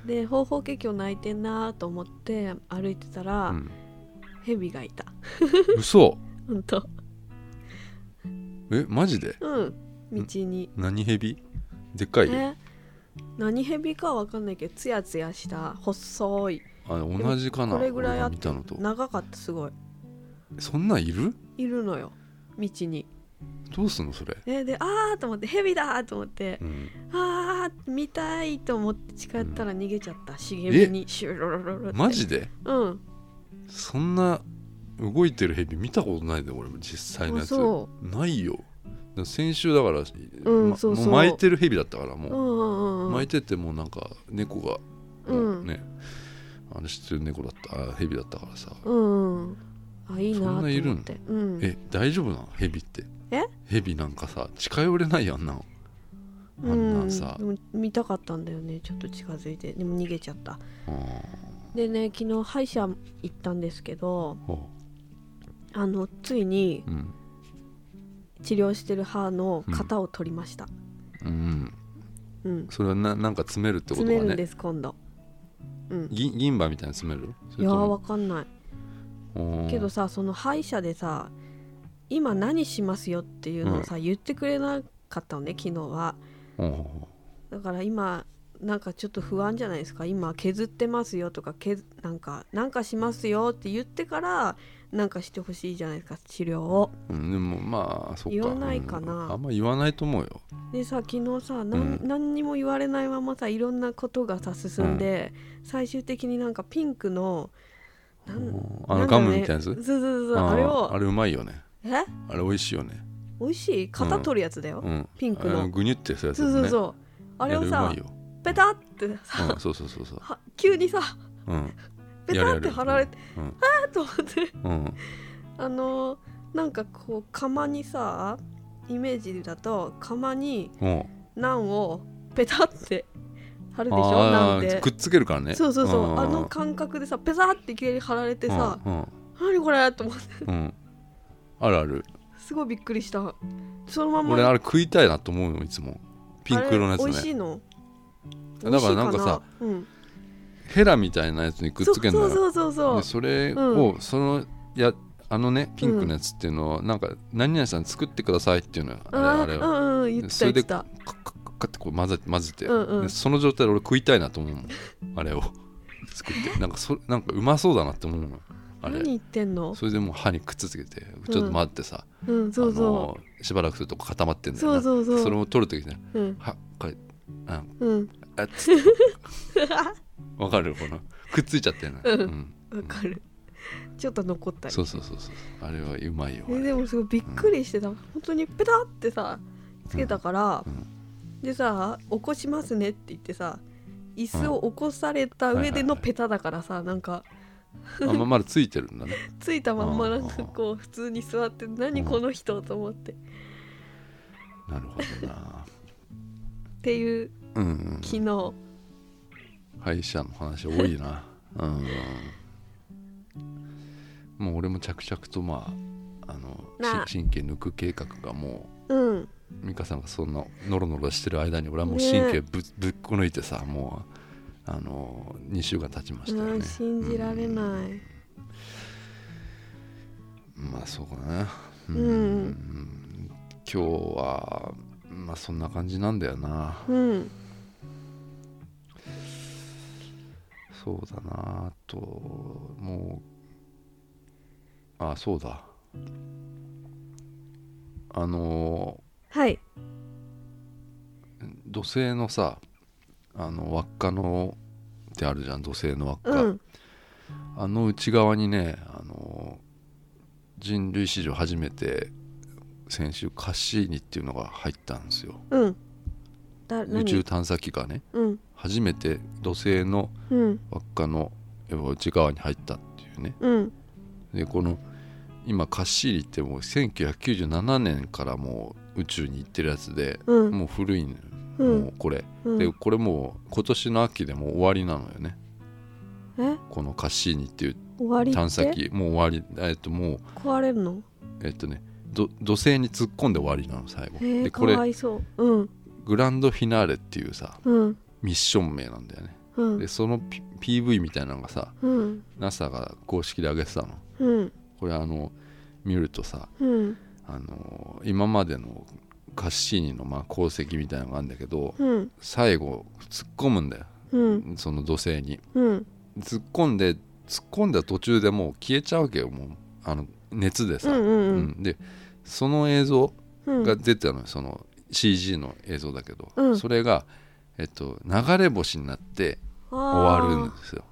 S2: で方法華経泣いてんなーと思って歩いてたら、
S1: うん
S2: 蛇がいた
S1: 嘘
S2: ほんと
S1: えマジで
S2: うん道に、
S1: 何ヘビでっかい
S2: え何蛇かわかんないけどツヤツヤした細い
S1: あ同じかな
S2: これぐらいあっ
S1: 俺が見
S2: て
S1: たのと
S2: 長かったすごい
S1: そんなんいる
S2: いるのよ道に
S1: どうすんのそれ
S2: えであーと思って蛇だーと思って
S1: うん
S2: あー見たいと思って近寄ったら逃げちゃった茂みにシュルルルルって
S1: マジで
S2: うん
S1: そんな動いてるヘビ見たことないで俺も実際のや
S2: あ
S1: つ
S2: そ
S1: ないよだ先週だから、
S2: うん
S1: ま
S2: そうそう
S1: もう巻いてるヘビだったから
S2: うう
S1: も
S2: んうん
S1: う、
S2: うんう
S1: 巻い
S2: ん
S1: ててもうなんか猫がもうね、あの知ってる猫だったあヘビだったからさ、
S2: うんうんあいいなーと
S1: そんないる
S2: 思
S1: の
S2: ってうん
S1: え大丈夫なのヘビって
S2: え
S1: ヘビなんかさ近寄れないやんなのあ
S2: うんん
S1: なんさ
S2: でも見たかったんだよねちょっと近づいてでも逃げちゃった
S1: うん
S2: でね昨日歯医者行ったんですけど
S1: ほ
S2: あのついに
S1: ううん
S2: 治療してる歯の型を取りました
S1: うん
S2: うん
S1: それはななんか詰めるってこと
S2: 詰める
S1: が
S2: んで
S1: ね
S2: す今度うん
S1: 銀銀歯みたいに詰めるそ
S2: い
S1: れ
S2: やー
S1: とも
S2: わかんない
S1: うん
S2: けどさその歯医者でさ今何しますよっていうのをさ、言ってくれなかったのね昨日は
S1: うんほうほ
S2: だから今なんかちょっと不安じゃないですか今削ってますよとか削なんかなんかしますよって言ってからなんかしてほしいじゃないですか治療を
S1: ううんでもまあそっか
S2: 言わないかな
S1: うんあんま言わないと思うよ
S2: でさ昨日さなん、
S1: うん
S2: 何にも言われないままさいろんなことがさ進んで、最終的になんかピンクのなん
S1: うんあの
S2: なんだ
S1: ガ
S2: ろう
S1: ム
S2: ね
S1: みたいなやつ
S2: そうそうそう
S1: あ
S2: あ
S1: ー
S2: れを
S1: あれうまいよね
S2: え
S1: あれ美味しいよね
S2: 美味しい型取るやつだよ、
S1: うん
S2: ピンク
S1: あ
S2: の
S1: グニュってするやつ
S2: そ
S1: だ
S2: う
S1: よね
S2: そうそうあれを
S1: や
S2: さ
S1: るうまいよ
S2: ペタってさ、
S1: うんそうそうそうそう
S2: は急にさ
S1: うん
S2: ペタって貼られて
S1: うん
S2: あーと思って
S1: うん
S2: あのーなんかこう釜にさイメージだと釜に
S1: うん
S2: ナンをペタって貼るでしょナ
S1: あ
S2: ン
S1: あ
S2: で
S1: くっつけるからね
S2: そうそうそう、
S1: ん
S2: あの感覚でさペタっていきなり貼られてさ、
S1: うん
S2: 何これと思って
S1: うんうんあるある
S2: すごいびっくりしたそのまま
S1: 俺あれ食いたいなと思うよいつもピンク色のや
S2: あれ美味
S1: つ
S2: し
S1: ね
S2: いの
S1: だからなんかさ
S2: 美味しいうん、
S1: ヘラみたいなやつにくっつけるんだよ
S2: そうそうそう
S1: で
S2: そう
S1: それをそのやあのねピンクのやつっていうのはなんか何々さん作ってくださいっていうのよ
S2: あ
S1: あれあれ
S2: ー
S1: は
S2: うんうん言って
S1: そ
S2: た
S1: れ
S2: 言
S1: で
S2: って
S1: カ
S2: た
S1: ッカッカッカッってこう混ぜ混ぜて
S2: うんうん
S1: でその状態で俺食いたいなと思うもんあれを作ってなんかそなんかうまそうだなって思うのあ
S2: 何
S1: れ
S2: 言ってんの
S1: それでもう歯にくっつけてちょっと待ってさ
S2: うん
S1: あ
S2: そうそ
S1: のしばらくすると固まってん
S2: う
S1: だよ
S2: そう
S1: な
S2: そうそう
S1: それを取るときに
S2: うん
S1: はこれ
S2: うん
S1: あっつってわかるこのくっついちゃってるな
S2: うん
S1: うん
S2: わかるちょっと残ったり
S1: そうそうそうそうあれはうまいよあ
S2: え
S1: れ
S2: でもすごいびっくりしてた、本当にペタってさつけたから、
S1: うんう
S2: でさ「起こしますね」って言ってさ椅子を起こされた上でのペタだからさ、なんか
S1: あままだついてるんだね
S2: ついたまんまなん
S1: う
S2: か
S1: ん
S2: こう普通に座って「何
S1: うん
S2: この人」と思ってっ
S1: なるほどな
S2: ていう
S1: うん、うん、
S2: 昨日
S1: 歯医者の話多いなうんもう俺も着々とまああの
S2: なあ
S1: し神経抜く計画がも
S2: うん
S1: う美香さんがそんなノロノロしてる間に俺はもう
S2: ねえ
S1: 神経ぶ,、ぶっこ抜いてさもうあの2週間経ちましたよ
S2: う
S1: ね
S2: ん信じられ
S1: い、
S2: ない、
S1: うんまあそうかなうん、
S2: うん
S1: 今日はまあそんな感じなんだよな
S2: うん
S1: そうだなあともあそうだあの
S2: はい
S1: ー土星のさあの輪っかのってあるじゃん土星の輪っか、
S2: うん
S1: あの内側にねあのー人類史上初めて先週カッシーニっていうのが入ったんですよ
S2: うんだ
S1: 宇宙
S2: 何
S1: 探査機がね
S2: うん
S1: 初めて土星の
S2: うん
S1: 輪っかの内側に入ったっていうね
S2: うん
S1: でこの今カッシーリってもう1997年からもう宇宙に行ってるやつで
S2: うん
S1: もう古いのよ、
S2: う
S1: も
S2: ん
S1: うこれ、
S2: うん
S1: でこれもう今年の秋でもう終わりなのよね
S2: え
S1: このカッシーニっていう
S2: 終わり
S1: 探査
S2: って
S1: 機もう終わりえっともう
S2: 壊れるの
S1: えっとねど土星に突っ込んで終わりなの最後で
S2: えー、か
S1: これ
S2: わいそううん
S1: グランドフィナーレっていうさ
S2: うん
S1: ミッション名なんだよね
S2: う
S1: で
S2: ん
S1: その、P、v みたいなのがさ
S2: うん
S1: NASA が公式で上げてたの
S2: うん
S1: これあの見るとさ
S2: うん
S1: あの今までのカッシーニのまあ功績みたいなのがあるんだけど
S2: うん
S1: 最後突っ込むんだよ
S2: うん
S1: その土星に
S2: うん
S1: 突っ込んで突っ込んだ途中でもう消えちゃうわけよもうあの熱でさ、
S2: うんうんうん
S1: でその映像
S2: うん
S1: が出てたのよその CG の映像だけど、
S2: うん
S1: それが、えっと、流れ星になって終わるんですよ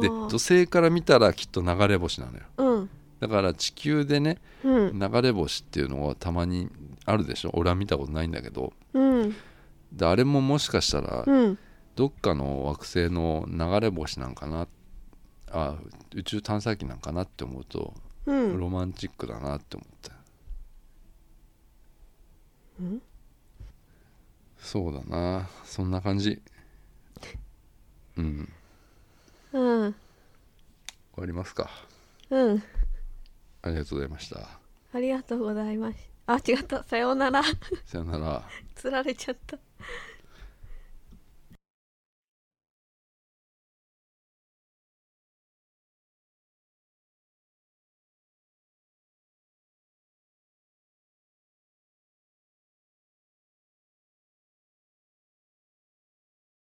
S1: で
S2: あー
S1: 土星から見たらきっと流れ星なのよ
S2: うん
S1: だから地球でね
S2: うん
S1: 流れ星っていうのはたまにあるでしょ俺は見たことないんだけど
S2: うん
S1: であれももしかしたら
S2: うん
S1: どっかの惑星の流れ星なんかなあ宇宙探査機なんかなって思うと
S2: うん
S1: ロマンチックだなって思った、
S2: うん
S1: そうだなそんな感じうん
S2: うん
S1: 終わりますか
S2: うん
S1: ありがとうございました
S2: ありがとうございますあ違ったさようなら
S1: さよなら
S2: つられちゃった